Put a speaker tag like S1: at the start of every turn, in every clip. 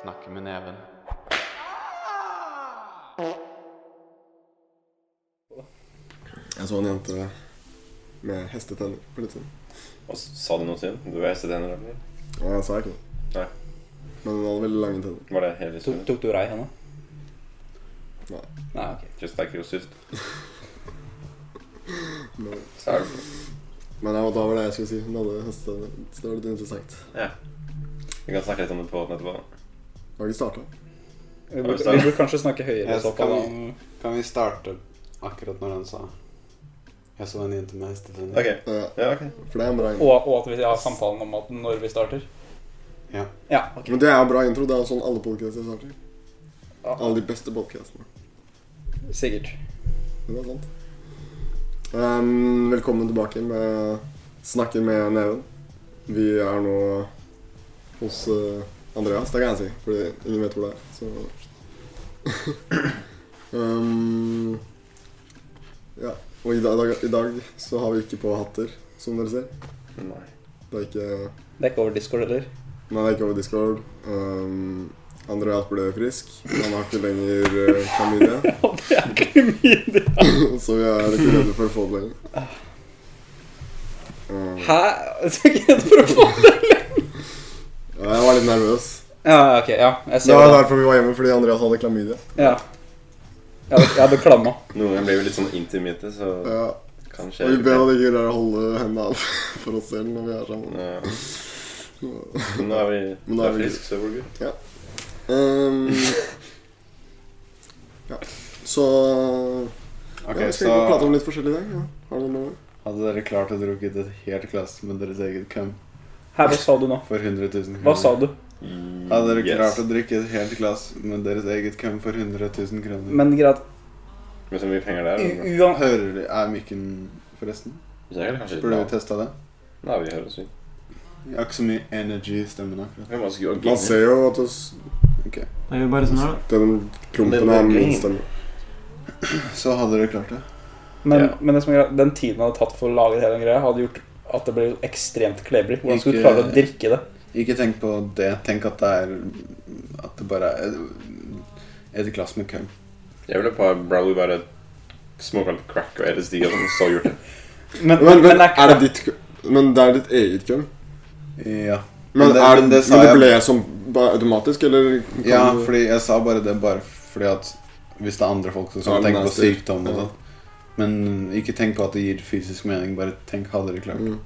S1: Snakke med neven.
S2: Jeg så en jente med hestetenner på litt sånn.
S3: Og s- sa du noe til henne? Du er hestetenner, eller?
S2: Og jeg sa ikke noe.
S3: Nei.
S2: Men hun hadde veldig lange tenner.
S3: Var det hele
S4: Tok,
S3: historien?
S4: tok du rei henne?
S2: Nei.
S4: Nei, ok.
S3: Just like you just.
S2: Men,
S3: Så er det
S2: men jeg, da var det jeg skulle si. Hun hadde hestetenner. Så det var litt interessant.
S3: Ja. Vi kan snakke litt om det på den etterpå.
S2: Da har de starta.
S4: Vi burde, vi burde kanskje snakke høyere i
S5: Jeg
S4: så um,
S5: skal-
S4: fall. da.
S5: Kan vi starte akkurat når han sa Jeg så en jente med hestetenner.
S3: Ok.
S2: Ja,
S3: Ja, ok.
S2: Eh, for det er en bra intro.
S4: Og, og at vi har samtalen om at når vi starter.
S5: Ja.
S4: Ja, ok.
S2: Men det er en bra intro. Det er jo sånn alle podkaster starter.
S4: Ja.
S2: Alle de beste podkastene.
S4: Sikkert.
S2: Det er sant. Ehm, velkommen tilbake med Snakke med neven. Vi er nå hos eh, Andreas, det kan jeg si, fordi ingen vet hvor det er. Så. Ehm, ja. Og i dag, i dag så har vi ikke på hatter, som dere ser.
S3: Nei.
S2: Det er ikke
S4: Det er ikke over Discord heller.
S2: Nei, det er ikke over Discord. Ehm, Andreas ble frisk. Han har ikke lenger eh, familie.
S4: det er klamydia.
S2: Så vi er ikke redde for å få det lenger. Ehm,
S4: Hæ? Så ikke redd for å få det?
S2: ja, jeg var litt nervøs.
S4: Ja, ok. Ja, jeg
S2: Det
S4: ser
S2: var
S4: det.
S2: derfor vi var hjemme, fordi Andreas hadde klamydia.
S4: Ja. Jeg hadde, jeg hadde klamma.
S3: Noen ganger blir vi litt sånn intimite, så
S2: Ja,
S3: kan
S2: og
S3: skje
S2: vi ber deg ikke greie å holde hendene av for oss selv når vi er sammen.
S3: Ja. Men nå er vi,
S2: Men nå er
S3: det er
S2: vi-
S3: frisk, så we're good.
S2: Ehm, ja. Så
S5: Ok,
S2: ja, Skal vi
S5: så
S2: prate om litt forskjellig i dag? Ja. Har du noe?
S5: hadde dere klart å drukke et helt glass med deres eget cum
S4: Hæ, hva sa du nå?
S5: for 100 000 kroner?
S4: Hva sa du?
S5: Hadde dere
S3: Yes.
S5: klart å drikke et helt glass med deres eget cum for 100 000 kroner?
S4: Men greit,
S3: Men så mye penger
S2: Mm,
S3: der,
S4: u-
S3: eller?
S4: uan...
S5: Hører de Er mikken forresten?
S3: Hvis jeg kanskje
S5: Burde vi
S3: ikke
S5: testa det?
S3: Nei, vi høres ut.
S5: Jeg har ikke så mye energy i stemmen akkurat.
S3: Vi må skru av
S2: Man
S3: gamet.
S2: ser jo at oss-
S5: Ok.
S6: Jeg gjør bare sånn her,
S2: den klumpen er minst den.
S5: Så hadde dere klart det?
S4: Men,
S3: Ja.
S4: men det som er greit, den tiden han hadde tatt for å lage hele den greia, hadde gjort at det ble ekstremt klebrig. Hvordan skulle du
S5: Ikke-
S4: klare å drikke det?
S5: Ikke tenk på det. Tenk at det er At det bare er et glass med cum.
S3: Jeg ville bare probably bare smoke litt crack og LSD og sånn, så gjort det.
S4: Men,
S2: Men, men,
S4: er-
S2: er det ditt kø- Men det er ditt eget køm?
S5: Ja.
S2: Men,
S5: Men det-
S2: er
S5: men
S2: det, men
S5: det
S2: det,
S5: sa jeg-
S2: ble sånn ba- automatisk, eller? kan
S5: ja,
S2: du-
S5: fordi jeg sa bare det bare fordi at hvis det er andre folk som
S2: Ja,
S5: tenker på
S2: nasty.
S5: sykdom og
S2: Ja.
S5: sånn. Men ikke tenk på at det gir fysisk mening. Bare tenk hadde dere klart det.
S2: Mm.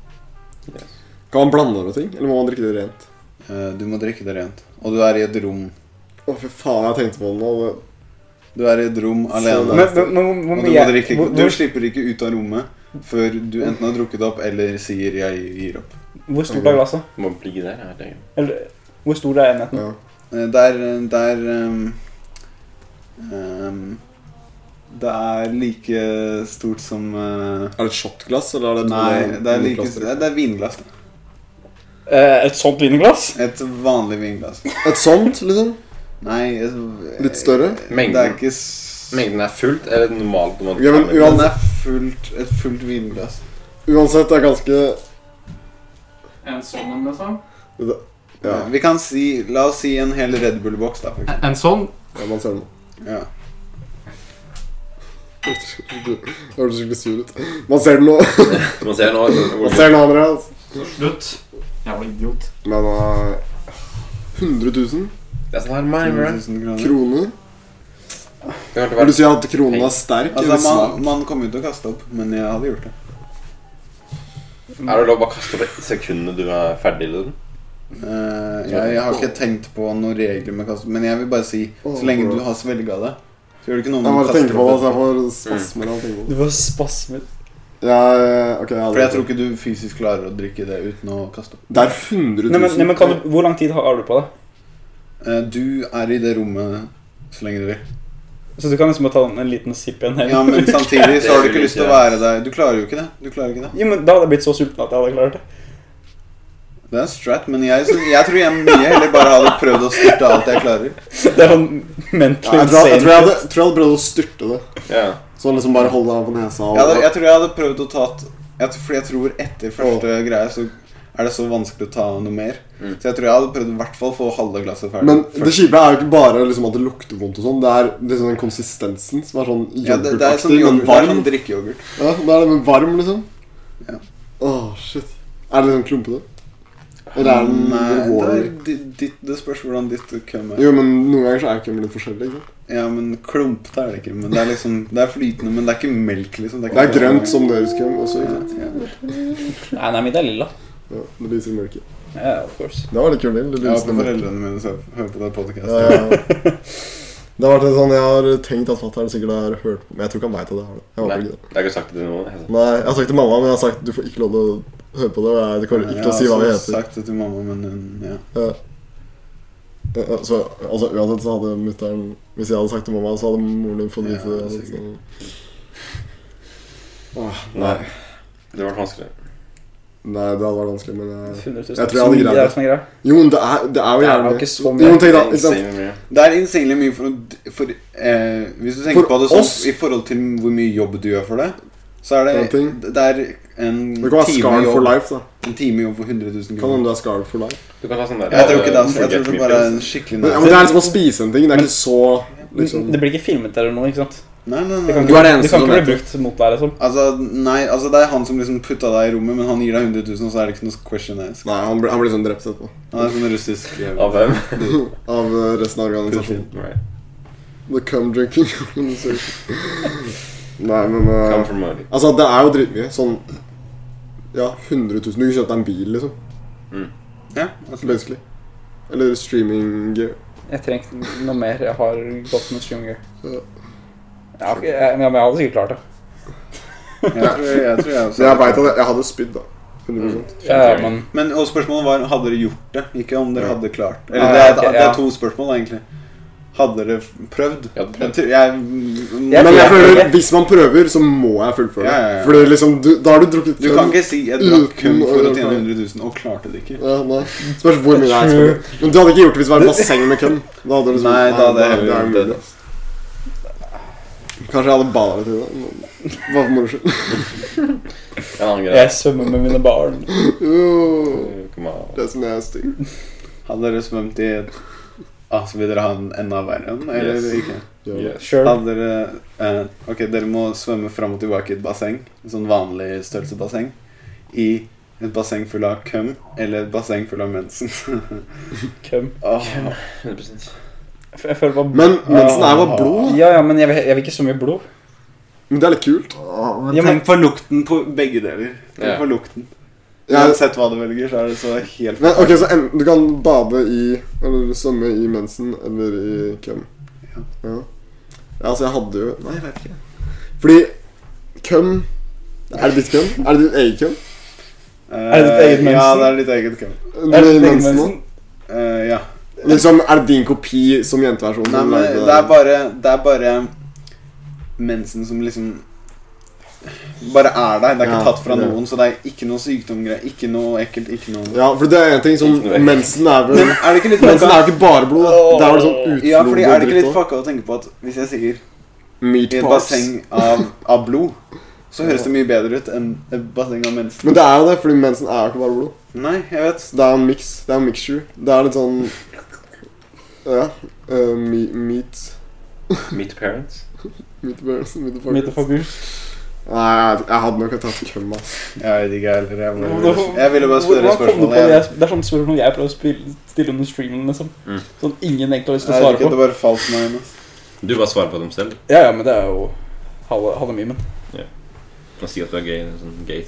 S3: Yes.
S2: Kan man blande det med ting, eller må man drikke det rent?
S5: Eh, Du må drikke det rent. Og du er i et rom.
S2: Å, fy faen, jeg tenkte på det nå. det-
S5: Du er i et rom
S2: det-
S5: alene.
S4: Men, men, men hvor- hvor
S5: Og du,
S4: mye
S5: må drikke,
S4: hvor,
S5: du
S4: hvor,
S5: slipper ikke ut av rommet før du enten har drukket opp eller sier 'jeg gir opp'.
S4: hvor stort er glasset?
S3: Må bli der, jeg tenker.
S4: Eller hvor stor er enheten?
S2: Ja.
S5: Eh, Det er Det er ehm, ehm, Det er like stort som eh,
S2: Er det et shotglass, eller er det et
S5: Nei, det er, like,
S2: plaster?
S5: det er- det er vinglass. da.
S4: Eh, et sånt vinglass?
S5: Et vanlig vinglass.
S2: Et sånt, liksom?
S5: Nei et,
S2: Litt større?
S3: Mengden.
S5: Det er ikke s-
S3: Mengden er fullt, eller normalt? når man-
S2: Ja, men uansett-
S5: Den er fullt, et fullt vinglass.
S2: Uansett, det er ganske
S6: En sånn en, liksom?
S2: Ja,
S5: Vi kan si La oss si en hel Red Bull-boks, da. For eksempel.
S6: En sånn?
S2: ja man ser det nå.
S5: ja.
S2: Det hørtes skikkelig sur ut. Man ser det nå.
S3: Man ser nå sånn,
S2: Man
S3: hvor-
S2: ser det nå, Andreas.
S6: Slutt. Jævla idiot.
S2: Men eh, 100 000
S3: Det er sånn her meg, bro.
S5: 1000 kroner.
S2: kroner?
S3: Det kan
S2: Vil Mm.
S3: ikke
S2: du
S3: være
S2: si at kronen er sterk? eller
S5: Altså,
S2: svak?
S5: man, man kommer jo til å kaste opp, men jeg hadde gjort det.
S3: sånn, Er det lov å bare kaste opp i sekundene du er ferdig? Liksom?
S5: Eh, jeg, jeg har ikke tenkt på noen regler med kaste men jeg vil bare si så lenge du har svelga det, så gjør det ikke noe
S2: Jeg
S5: om du
S2: bare
S5: kaster
S2: tenker på det, så
S5: opp.
S2: jeg får spasmer av å tenke på det.
S4: Du får spasmer.
S2: Ja, eh, ok, jeg hadde
S5: For jeg tror ikke du fysisk klarer å drikke det uten å kaste opp.
S2: Det er 100 000.
S4: Nei, men, nei, men kan du, hvor lang tid har du på deg?
S5: Eh, du er i det rommet så lenge du vil.
S4: Så du kan liksom bare ta en, en liten sipp igjen?
S5: Ja, men samtidig så har du ikke lyst til å være der. Du klarer jo ikke det. Du klarer ikke det.
S4: Jo, men Da hadde jeg blitt så sulten at jeg hadde klart det.
S5: Det er en strat, men jeg, jeg tror jeg mye heller bare hadde prøvd å styrte alt jeg klarer.
S4: Det er sånn
S2: Ja,
S4: mentally
S2: jeg, tror, jeg, tror
S4: insane.
S2: jeg, hadde, jeg tror jeg hadde prøvd å styrte det.
S3: Ja.
S2: Sånn liksom bare holde deg på nesa og
S5: Jeg, hadde, jeg tror jeg hadde prøvd å tatt jeg, Fordi jeg tror etter første greie så er det så vanskelig å ta noe mer.
S3: Mm.
S5: Så jeg tror jeg hadde prøvd i hvert fall å få halve glasset ferdig.
S2: Men det kjipe er jo ikke bare liksom at det lukter vondt og sånn. Det er liksom den konsistensen som er sånn
S5: ja, det, det er sånn
S2: yoghurtaktig, men
S5: yoghurt, det er
S2: varm.
S5: sånn drikkeyoghurt.
S2: Ja, det er det, men varm, liksom.
S5: Ja.
S2: Åh, shit. Er det liksom klumpete? Eller er den
S5: Mm, Nei,
S2: litt
S5: det,
S2: vår?
S5: er di- ditt, det spørs hvordan ditt køm er.
S2: Jo, men noen ganger så er ikke litt forskjellig. ikke sant?
S5: Ja, men klumpete er det ikke. Men Det er liksom, det er flytende, men det er ikke melk, liksom.
S2: Det er grønt som deres køm også. ikke
S5: Ja,
S2: sant?
S5: ja.
S4: Nei, nei, mitt er lilla.
S2: Ja, det lyser i mørket.
S4: Ja, of course.
S2: Det var litt kult. Det
S5: Ja,
S2: lyser i
S5: for
S2: mørket.
S5: foreldrene mine som hører på det
S2: Ja,
S5: podkastet.
S2: ja. Eh, Det har vært litt sånn, Jeg har tenkt at fatter'n sikkert har hørt på Men jeg tror ikke han veit at jeg har det. Jeg håper
S3: Nei.
S2: ikke det.
S3: Jeg har ikke sagt det til noen. altså.
S2: Nei, Jeg har sagt til mamma, men jeg har sagt du får ikke lov til å høre på det. og jeg- Du kommer ikke til å si hva vi heter.
S5: sagt det til mamma, men hun ja.
S2: Ja, ja, Så, altså Uansett så hadde mutter'n Hvis jeg hadde sagt til mamma, så hadde moren din fått
S5: Ja,
S2: vite det. altså,
S5: sikkert.
S2: sånn.
S3: Nei. Det var vanskelig.
S2: Nei, det hadde vært vanskelig, men jeg
S4: 100 000.
S2: Jeg tror jeg hadde
S4: Så mye
S2: greid
S4: det.
S2: det.
S4: er som er greia.
S2: Jo, men det er, det er jo
S4: Det er
S2: jævlig.
S4: jo ikke så mye.
S2: Jo, men tenk da, ikke sant?
S3: Same med-
S5: Det er insanely mye for, å- for eh, Hvis du tenker
S2: For
S5: på det sånn
S2: oss-
S5: i forhold til hvor mye jobb du gjør for det, så er
S2: En
S5: det
S2: ting.
S5: Det er en
S2: Det kan være
S5: time
S2: scarred for
S5: jobb
S2: life, da.
S5: En time jobb for 100 000
S2: Kan hende
S5: kroner.
S2: du er scarred for life.
S3: Du kan ta sånn der
S5: Jeg tror ikke det.
S3: eh,
S5: Altså. Jeg
S3: forget
S5: tror
S3: me
S5: det bare er
S3: please.
S5: en skikkelig
S2: Men, ja, men det er liksom å spise en ting. Det er ikke så liksom
S4: Det blir ikke filmet eller noe, ikke sant?
S5: Nei, nei,
S4: Det
S5: nei.
S4: kan
S2: Du
S4: ikke,
S2: er den
S4: det
S2: eneste
S4: kan
S2: som
S4: ikke
S2: vet
S4: bli brukt mot deg, liksom.
S5: Altså, nei, altså det er han som liksom putta deg i rommet, men han gir deg 100 000, og så er det ikke noe question ass.
S2: Nei, han blir, han blir sånn drept etterpå.
S5: Han er sånn russisk jævel.
S3: Av hvem?
S2: Av eh, resten av organisasjonen.
S3: Right.
S2: The cum drinking organization. Nei, men eh,
S3: Come for money.
S2: Altså, det er jo dritmye. Sånn Ja, 100 000. Du kunne kjøpt deg en bil, liksom.
S5: Ja, altså,
S2: Basically. Eller streaming gear.
S4: Jeg trenger ikke noe mer. Jeg har gått med Stronger.
S2: Ja.
S4: Ja, ok, jeg, men jeg hadde sikkert klart det.
S5: jeg tror jeg, jeg, tror jeg
S2: Så jeg veit
S5: også
S2: at jeg, jeg hadde spydd, da. 100
S5: Mm.
S4: Ja,
S3: Fint,
S4: men
S5: Men og spørsmålet var hadde dere gjort det, ikke om dere hadde klart Eller
S4: Ja,
S5: det er,
S4: ok,
S5: det
S4: ja.
S5: er to spørsmål, egentlig. Hadde dere prøvd?
S3: Ja,
S5: Jeg, mm, tror- jeg,
S4: Jeg
S2: Men jeg
S4: tror jeg-
S2: føler, hvis man prøver, så må jeg fullføre.
S5: Ja, ja, ja.
S2: Fordi liksom, du, da har du drukket
S5: Du kan ikke si 'jeg drakk kun
S2: Uten å
S5: for å
S2: gjøre
S5: tjene
S2: det.
S5: 100 000', og klarte det ikke.
S2: ja, nei. Spørs hvor mye det er. selvfølgelig. Men du hadde ikke gjort det hvis det var et basseng med køm. Da hadde du liksom,
S5: Nei, da hadde jeg heller altså.
S2: det er
S5: gjort det.
S2: umulig, ass. Kanskje jeg hadde badet til det. men- Bare for moro skyld.
S3: En annen greie.
S4: jeg svømmer med mine barn.
S2: Jo,
S3: Come on.
S2: Det som er stygt.
S5: Hadde dere svømt i et Altså, vil dere ha en enda verre en, eller
S3: Yes.
S5: ikke?
S2: Ja.
S3: Yes.
S4: Sjøl.
S5: Hadde dere eh, Ok, dere må svømme fram og tilbake i et basseng. En sånn vanlig størrelse basseng. I et basseng full av køm, eller et basseng full av mensen.
S4: Køm.
S5: Åh,
S3: 100%.
S4: Jeg jeg føler bare
S2: Men mensen er bare blod. da.
S4: Ja, ja, men jeg, vil- jeg vil ikke så mye blod.
S2: Men det er litt kult.
S5: men
S4: Ja, men-
S5: tenk på lukten på begge deler. Tenk
S3: Ja.
S5: på lukten
S2: Jeg,
S5: Uansett hva du velger, så er det så helt
S2: men ok, så en, Du kan bade i Eller svømme i mensen eller i køm. Ja. ja, altså jeg hadde jo Nei, jeg vet ikke. Fordi køm Er det ditt køm? Er det ditt eget køm?
S5: Eh,
S4: Er det ditt eget
S5: Ja,
S4: mensen?
S5: det er ditt eget køm.
S4: Er det
S2: Med
S4: ditt eget
S2: mensen nå?
S4: mensen?
S5: Eh, ja.
S2: Liksom, er det din kopi som jenteversjonen?
S5: Nei,
S2: som
S5: men
S2: lagde
S5: det er bare Det er bare mensen som liksom bare er der. Det er ikke
S2: Ja,
S5: tatt fra
S2: det.
S5: noen, så det er ikke noe sykdomgreier. Ikke noe ekkelt, ikke noe
S2: Ja, for det er en ting som
S3: Ikke noe ekkelt.
S2: Mensen er vel
S5: Men er det ikke litt
S2: Mensen
S5: fucka?
S2: er jo ikke bare blod, da. Det er vel sånn utflod
S5: Ja, fordi er det
S2: og
S5: ikke
S2: dritt
S5: litt
S2: også.
S5: fucka å tenke på at hvis jeg sier
S2: Meat
S5: i et
S2: parts.
S5: basseng av, av blod, så høres det mye bedre ut enn et basseng av mensen.
S2: Men det er jo det, fordi mensen er jo ikke bare blod.
S5: Nei, jeg vet.
S2: Så det er en mix. Det er en mixture. Det er litt sånn Ja. eh, me, meat
S3: Meet parents.
S2: Meat bears. Meat
S4: Mitt og
S2: parts. Nei, jeg, jeg hadde nok tatt køm, ass.
S5: Jeg vet ikke heller. Jeg, bare,
S4: Hvorfor-
S5: jeg ville bare spørre
S4: Hvordan kom du på
S5: spørsmålet.
S4: det?
S5: Jeg,
S4: Jeg- Det er sånne spørsmål jeg prøver å spille, stille under streamen. liksom
S3: Mm.
S4: Sånn ingen egentlig har lyst til å
S5: jeg vet
S4: svare
S5: ikke,
S4: på.
S5: det bare falt meg inn. ass.
S3: Du bare svarer på dem selv.
S4: Ja, ja, men det er jo halve, halve mimen.
S3: Og sier at du er gay. det er Sånn gay.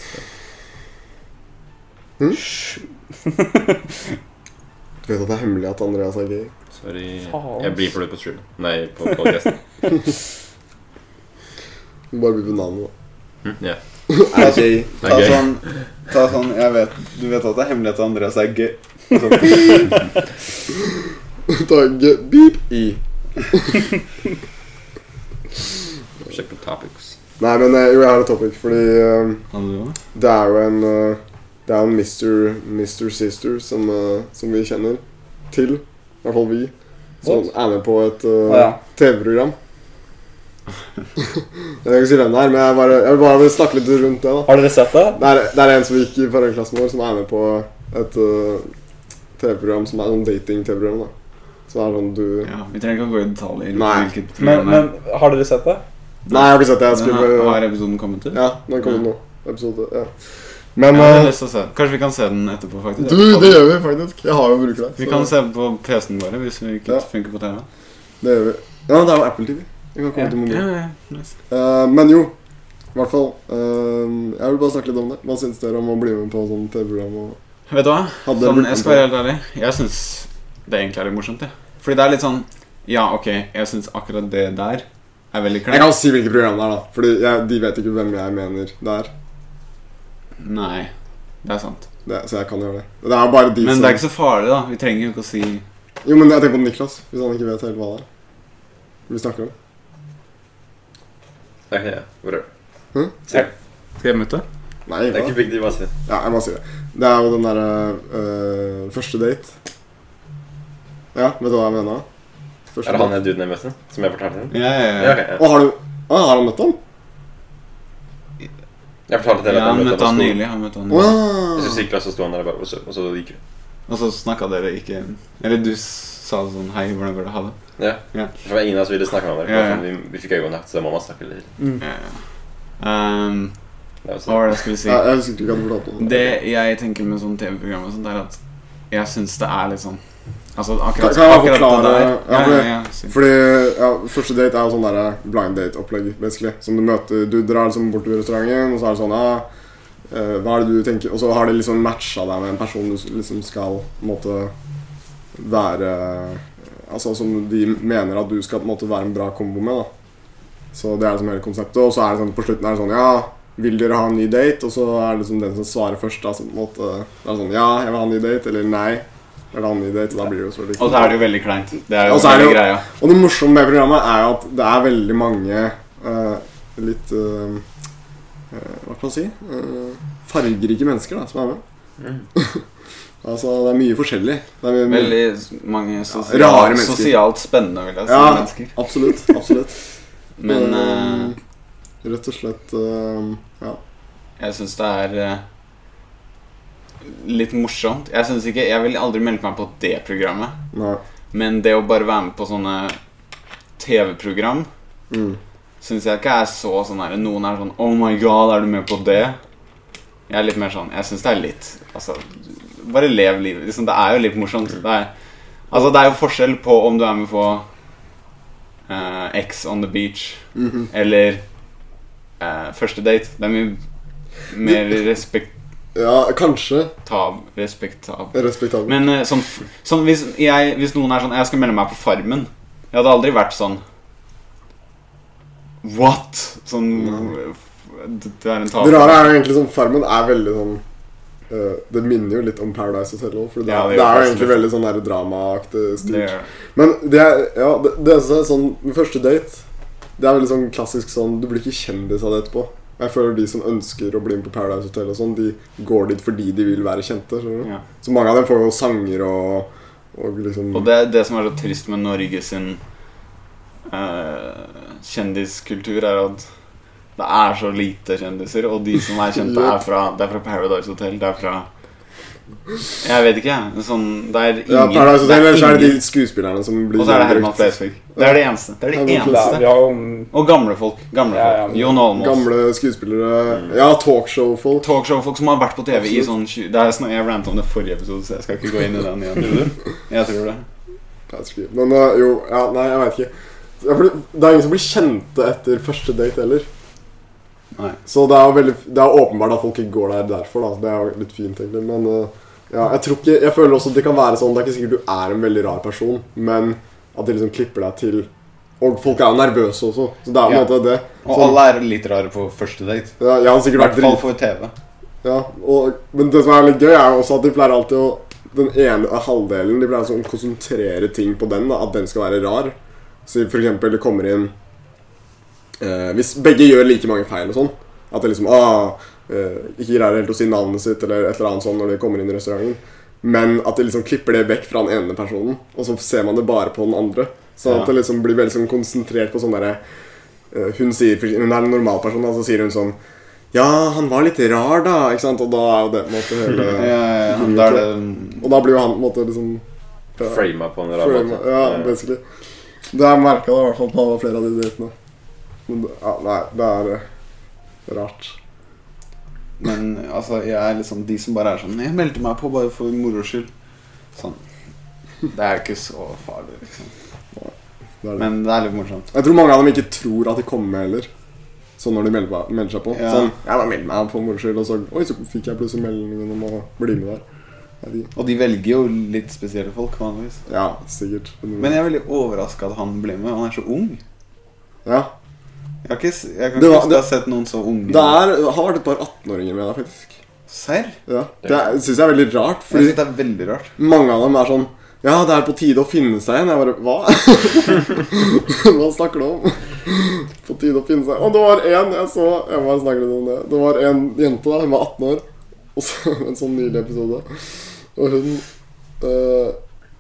S2: Du vet at det er hemmelig at Andreas er gay?
S3: Sorry.
S4: Faen.
S3: Jeg blir for det på streamen. Nei, på podcasten.
S2: Du må Bare bli på navnet, da.
S3: Hm, Ja.
S5: Er det
S2: gay.
S5: Ta
S3: Ok.
S5: sånn, ta sånn jeg vet, Du vet at det er hemmelig at Andreas er gøy. Sånn.
S2: Tagge beep i.
S3: Sjekk på topics.
S2: Nei, men eh, jo, jeg har et topic, fordi eh, Det er jo en eh, Det er en Mr. Mr. Sister som, eh, som vi kjenner til. I hvert fall vi. Som
S4: What?
S2: er med på et eh,
S4: Å, ja.
S2: TV-program Jeg kan ikke si hvem det er, men jeg, bare, jeg vil bare snakke litt rundt det. da.
S4: Har dere sett det?
S2: Det er, det er en som gikk i parallellklassen vår, som er med på et øh, TV-program som er sånn dating-TV-program. da. Som er sånn du
S5: Ja, vi trenger ikke å gå i detaljer.
S2: Nei.
S5: Hvilket
S4: Men,
S5: program det er.
S4: men har dere sett det?
S2: Nei, jeg har ikke sett det. Jeg skulle
S5: Den har,
S2: bare
S5: har episoden kommet ut?
S2: Ja, den kommer nå. Episode. Ja.
S5: Jeg
S2: Men
S5: har
S2: øh,
S5: lyst til å se. den. Kanskje vi kan se den etterpå, faktisk.
S2: du, det gjør vi faktisk. Jeg har jo bruker deg.
S5: Vi kan se på PC-en våre hvis vi ikke
S2: Ja.
S5: funker på TV.
S2: Det gjør vi. Ja, det er jo Apple TV. Vi kan komme
S4: Ja.
S2: til mobil.
S5: Ja, ja, nice.
S2: Eh, men jo, i hvert fall. eh, jeg vil bare snakke litt om det. Hva syns dere om å bli med på sånn TV-program? og...
S5: Vet du hva?
S2: Hadde dere
S5: Sånn,
S2: brukt
S5: jeg
S2: den
S5: skal være helt ærlig. Jeg syns det egentlig er litt morsomt. Ja. Fordi det er litt sånn Ja, ok, jeg syns akkurat det der er veldig
S2: Jeg
S5: kleint.
S2: kan si hvilket program det er, da. Fordi jeg, de vet ikke hvem jeg mener det er.
S5: Nei, det er sant.
S2: Det, så jeg kan gjøre det. Det er bare de
S5: Men
S2: som
S5: det er ikke så farlig, da. Vi trenger jo ikke å si
S2: Jo, men jeg tenker på Niklas, hvis han ikke vet helt hva det er. Vi snakker om
S3: Okay, yeah, whatever.
S2: Hm?
S5: Skal jeg møte?
S2: Nei,
S3: Det er
S2: hva?
S3: ikke big deal, bare si det.
S2: Ja, jeg må si det. Det er jo den derre øh, Første date. Ja, vet du hva jeg mener?
S3: Er
S2: Første
S3: det han
S2: date.
S3: der duden jeg møtte? Som jeg fortalte om?
S5: Ja, ja, ja.
S3: Ja, ok, ja.
S2: Å, har du Å, har han møtt ham?
S3: Jeg
S5: ja
S3: fortalte dere at jeg
S5: han
S3: møtte
S5: møtte han
S3: på skolen.
S5: nylig. Han møtte han
S2: Å!
S5: nylig.
S3: Mm. Jeg synes ikke, og så sto han der og bare og så- og så gikk vi.
S5: Og så snakka dere ikke Eller du sa sånn Hei, hvordan går det? Ha det.
S3: Ja.
S5: Ja.
S3: For det var ingen av oss ville snakke med hverandre.
S5: Ja, ja.
S3: for sånn, Vi, vi fikk øyekontakt, så da må man snakke litt.
S5: Ja, ja. Um,
S3: Det er jo
S5: hva
S3: sånn.
S5: var det jeg skulle si?
S2: Jeg, jeg husker ikke at du fortalte om det.
S5: Det jeg tenker med sånn TV-program og sånt, er at jeg syns det er litt sånn Altså
S2: Kan-
S5: akkurat,
S2: kan jeg
S5: akkurat det
S2: forklare-
S5: der
S2: ja, for-
S5: ja, ja, si.
S2: Fordi ja, Første date er jo sånn der blind date-opplegg. basically Som Du møter Du drar liksom bort til restauranten, og så er det sånn ja, eh, Hva er det du tenker Og så har de liksom matcha deg med en person du s- liksom skal på en måte være Altså som de mener at du skal på en måte være en bra kombo med. da Så det er liksom hele konseptet. Og så er det sånn på slutten er det sånn Ja, vil dere ha en ny date? Og så er det liksom den som svarer først. da så på en måte Det er sånn Ja, jeg vil ha en ny date. Eller nei. Jeg vil ha en ny date. Og da blir det jo selvfølgelig
S5: Og så er det jo veldig kleint. Det er
S2: Og
S5: jo
S2: så er
S5: hele
S2: det jo-
S5: greia.
S2: og det morsomme med programmet er jo at det er veldig mange eh, litt eh, eh, Hva skal man si? Eh, fargerike mennesker da, som er med.
S3: Mm.
S2: altså, det er mye forskjellig. Det er mye, mye.
S5: Veldig mange sosial,
S2: Mm. rare mennesker.
S5: sosialt spennende vil jeg si,
S2: Ja.
S5: mennesker.
S2: Absolutt. absolutt.
S5: Men
S2: Eh,
S5: eh,
S2: Rett og slett eh, Ja.
S5: jeg syns det er eh, litt morsomt. Jeg synes ikke, jeg vil aldri melde meg på det programmet,
S2: Nei.
S5: men det å bare være med på sånne TV-program
S2: Mm.
S5: syns jeg ikke er så sånn her Noen er sånn Oh my god, er du med på det? Jeg er litt mer sånn Jeg syns det er litt Altså, bare lev livet. Liksom, det er jo litt morsomt. Det er, altså, det er jo forskjell på om du er med på eh, X on the beach
S2: Mhm.
S5: eller eh, første date. Det er mye mer respektab...
S2: Ja, kanskje.
S5: Respektab...
S2: Respektabel.
S5: Men eh, sånn, f- sånn hvis, jeg, hvis noen er sånn Jeg skal melde meg på Farmen. Jeg hadde aldri vært sånn What?! Sånn
S2: Nei.
S5: f- d- Du er en
S2: Det
S5: taper.
S2: rare er jo egentlig sånn Farmen er veldig sånn eh, Det minner jo litt om Paradise Hotel òg, for det,
S5: Ja,
S2: er-
S5: det gjør
S2: det er jo
S5: faktisk
S2: egentlig
S5: litt.
S2: veldig sånn der dramaaktig styrt.
S5: Det gjør-
S2: Men det er, ja, det, det eneste er sånn Med første date Det er veldig sånn klassisk sånn Du blir ikke kjendis av det etterpå Og Jeg føler de som ønsker å bli med på Paradise Hotel og sånn De går dit fordi de vil være kjente skjønner du?
S5: Ja.
S2: Så mange av dem får jo sanger og, og liksom
S5: Og det er det som er så trist med Norge sin eh, kjendiskultur, er at det er så lite kjendiser, og de som er kjente, er fra, det er fra Paradise Hotel. Det er fra Jeg vet ikke, jeg. Sånn, det er ingen
S2: Ja, Paradise
S5: det
S2: Hotel Eller så er det
S5: ingen-
S2: de skuespillerne som blir
S5: Og så er det Herman
S2: brukt.
S5: Flesvig. Det er det eneste. Det er det
S2: Herman
S4: Ja,
S5: eneste.
S4: vi har jo mm,
S5: Og gamle folk. Gamle
S4: Ja, ja,
S5: folk.
S4: men-
S5: Jon Almaas.
S2: Gamle skuespillere
S5: Mm.
S2: Ja, talkshow-folk
S5: Talkshow-folk som har vært på TV i
S2: Absolutt.
S5: sånn 20 Det er sånn, Jeg ranta om det i forrige episode, så jeg skal ikke gå inn i den igjen. Jeg tror det.
S2: Jeg vet ikke. Men øh, jo, ja, nei, jeg vet ikke. Ja, for det- det er ingen som blir kjente etter første date heller.
S7: Nei.
S2: Så det er jo veldig, det er åpenbart at folk ikke går der derfor. da Det er jo litt fint, egentlig. Men øh, ja, jeg tror ikke Jeg føler også at det kan være sånn Det er ikke sikkert du er en veldig rar person, men at de liksom klipper deg til Og folk er jo nervøse også, så det er jo på en
S7: Ja.
S2: måte det.
S7: Og
S2: Sånn.
S7: alle er litt rare på første date.
S2: Ja, jeg har
S7: I
S2: sikkert vært
S7: hvert fall
S2: drit...
S7: for TV.
S2: Ja, og, men det som er litt gøy, er jo også at de pleier alltid å Den ene halvdelen De pleier sånn å konsentrere ting på den, da, at den skal være rar. Så for eksempel det kommer inn eh, Hvis begge gjør like mange feil og sånn At det liksom ah, eh, Ikke greier helt å si navnet sitt eller et eller annet sånn når de kommer inn i restauranten. Men at de liksom klipper det vekk fra den ene personen, og så ser man det bare på den andre. Så
S7: Ja.
S2: at det liksom blir veldig sånn konsentrert på sånn derre eh, Hun sier, for hun er en normalperson, da, så sier hun sånn Ja, han var litt rar, da. Ikke sant? Og da er jo det på en måte
S5: Ja,
S2: hele
S5: ja, ja. Da er det
S2: Og da blir jo han på en måte liksom ja,
S3: Frama på en rar
S2: frame-
S3: måte.
S2: Ja,
S3: Eh,
S2: basically. Det er merka i hvert fall på flere av de datene. Men det- ja, nei, det er eh, rart.
S5: Men altså, jeg er liksom de som bare er sånn Jeg meldte meg på bare for moro skyld. Sånn. Det er jo ikke så farlig, liksom.
S2: Det er det.
S5: Men det er litt morsomt.
S2: Jeg tror mange av dem ikke tror at de kommer med heller. Sånn når de melder, på- melder seg på.
S5: Ja.
S2: Sånn, jeg bare melder meg for moro skyld, og så Oi, så fikk jeg plutselig meldingen om å bli med der. Jeg vet ikke.
S5: Og de velger jo litt spesielle folk, vanligvis.
S2: Ja, sikkert.
S5: Men jeg er veldig overraska at han ble med. Han er så ung.
S2: ja.
S5: Jeg, har ikke, s- jeg kan
S2: Det
S5: ikke
S2: var-
S5: huske jeg har sett noen så unge.
S2: Det er, det har vært et par 18-åringer med der, faktisk.
S5: Serr?
S2: Ja. Det syns jeg er veldig rart,
S5: Jeg synes
S2: fordi
S5: det er veldig rart.
S2: mange av dem er sånn Ja, det er på tide å finne seg igjen. Jeg bare Hva? Hva snakker du om? På tide å finne seg Og det var én jeg så Jeg bare snakker litt om det. Det var en jente, da, hun var 18 år, og så en sånn nylig episode. Og hun eh,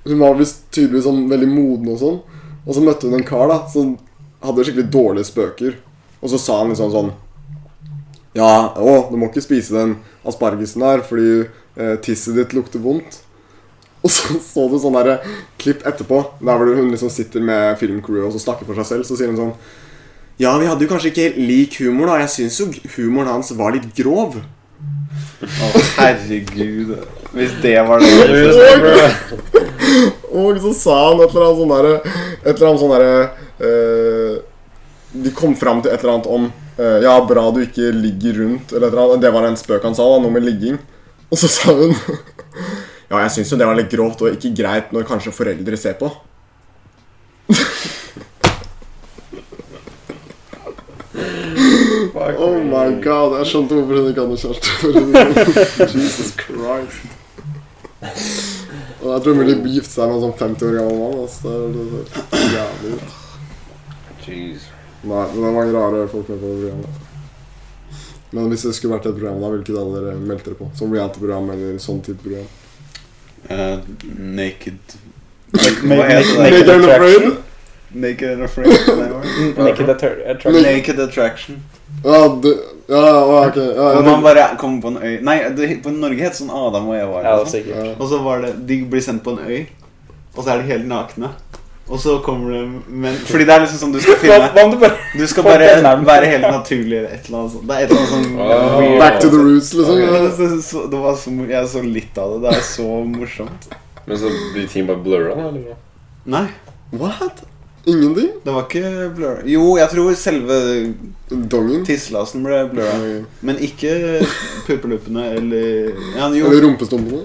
S2: Hun var visst tydeligvis sånn veldig moden og sånn. Og så møtte hun en kar da som hadde skikkelig dårlige spøker. Og så sa han liksom sånn Ja, å, du må ikke spise den aspargesen her fordi eh, tisset ditt lukter vondt. Og så så du sånn der klipp etterpå, der hvor hun liksom sitter med filmcrewet og så snakker for seg selv. Så sier hun sånn Ja, vi hadde jo kanskje ikke helt lik humor, da. Jeg syns jo humoren hans var litt grov.
S5: Å, herregud. Hvis det var det
S2: Og så sa han et eller annet sånn derre Et eller annet sånn derre eh, De kom fram til et eller annet om eh, Ja, bra du ikke ligger rundt, eller et eller annet. Det var en spøk han sa, da, noe med ligging. Og så sa hun Ja, jeg syns jo det var litt grovt og ikke greit når kanskje foreldre ser på.
S3: fuck
S2: Oh my
S3: me.
S2: god, jeg skjønte hvorfor hun ikke hadde kjæreste. Jesus Christ. Og jeg tror mulig de gifte seg med en sånn 50 år gammel mann. Altså. Det er- det er jævlig ut.
S3: Jeez.
S2: Nei, men det er mange rare folk med på det programmet. Men hvis det skulle vært et program, da, hvilket hadde dere meldt dere på? Som reality-program eller sånn type program?
S5: Eh, naked
S4: Make-
S5: Hva heter det?
S4: make-
S2: Naked
S5: Naked and
S2: and Afraid?
S5: afraid. nei, hva?
S4: Naked Attor- Attraction.
S5: naked attraction.
S2: Ja, du, ja, å, ok. Ja,
S5: Hvor
S2: jeg
S5: man
S2: tenkte,
S5: bare kommer på en øy Nei, det, på Norge het sånn Adam og Eva.
S4: Ja,
S5: eller
S4: det er
S5: sånn.
S4: sikkert.
S2: ja.
S5: Og så var det De blir sendt på en øy, og så er de helt nakne. Og så kommer det men, Fordi det er liksom sånn du skal
S4: Hva
S5: finne
S4: hva om du bare
S5: Du skal
S4: For
S5: bare
S4: den er den.
S5: være helt naturlig eller et eller annet sånt. Det er et eller annet sånn
S3: Wow.
S5: weird-
S2: Back to the roots, liksom.
S5: Ja,
S2: Ja.
S5: det- det- så- det var så, mor- jeg så litt av det. Det er så morsomt.
S3: Men så blir ting bare blurra, da? eller hva?
S5: Nei,
S2: What? Ingenting?
S5: det var ikke blur. Jo, jeg tror selve
S2: Dongen?
S5: tisselasen ble blurra. Men ikke puppeluppene eller ja,
S2: Eller
S5: Jo,
S2: rumpestumpene?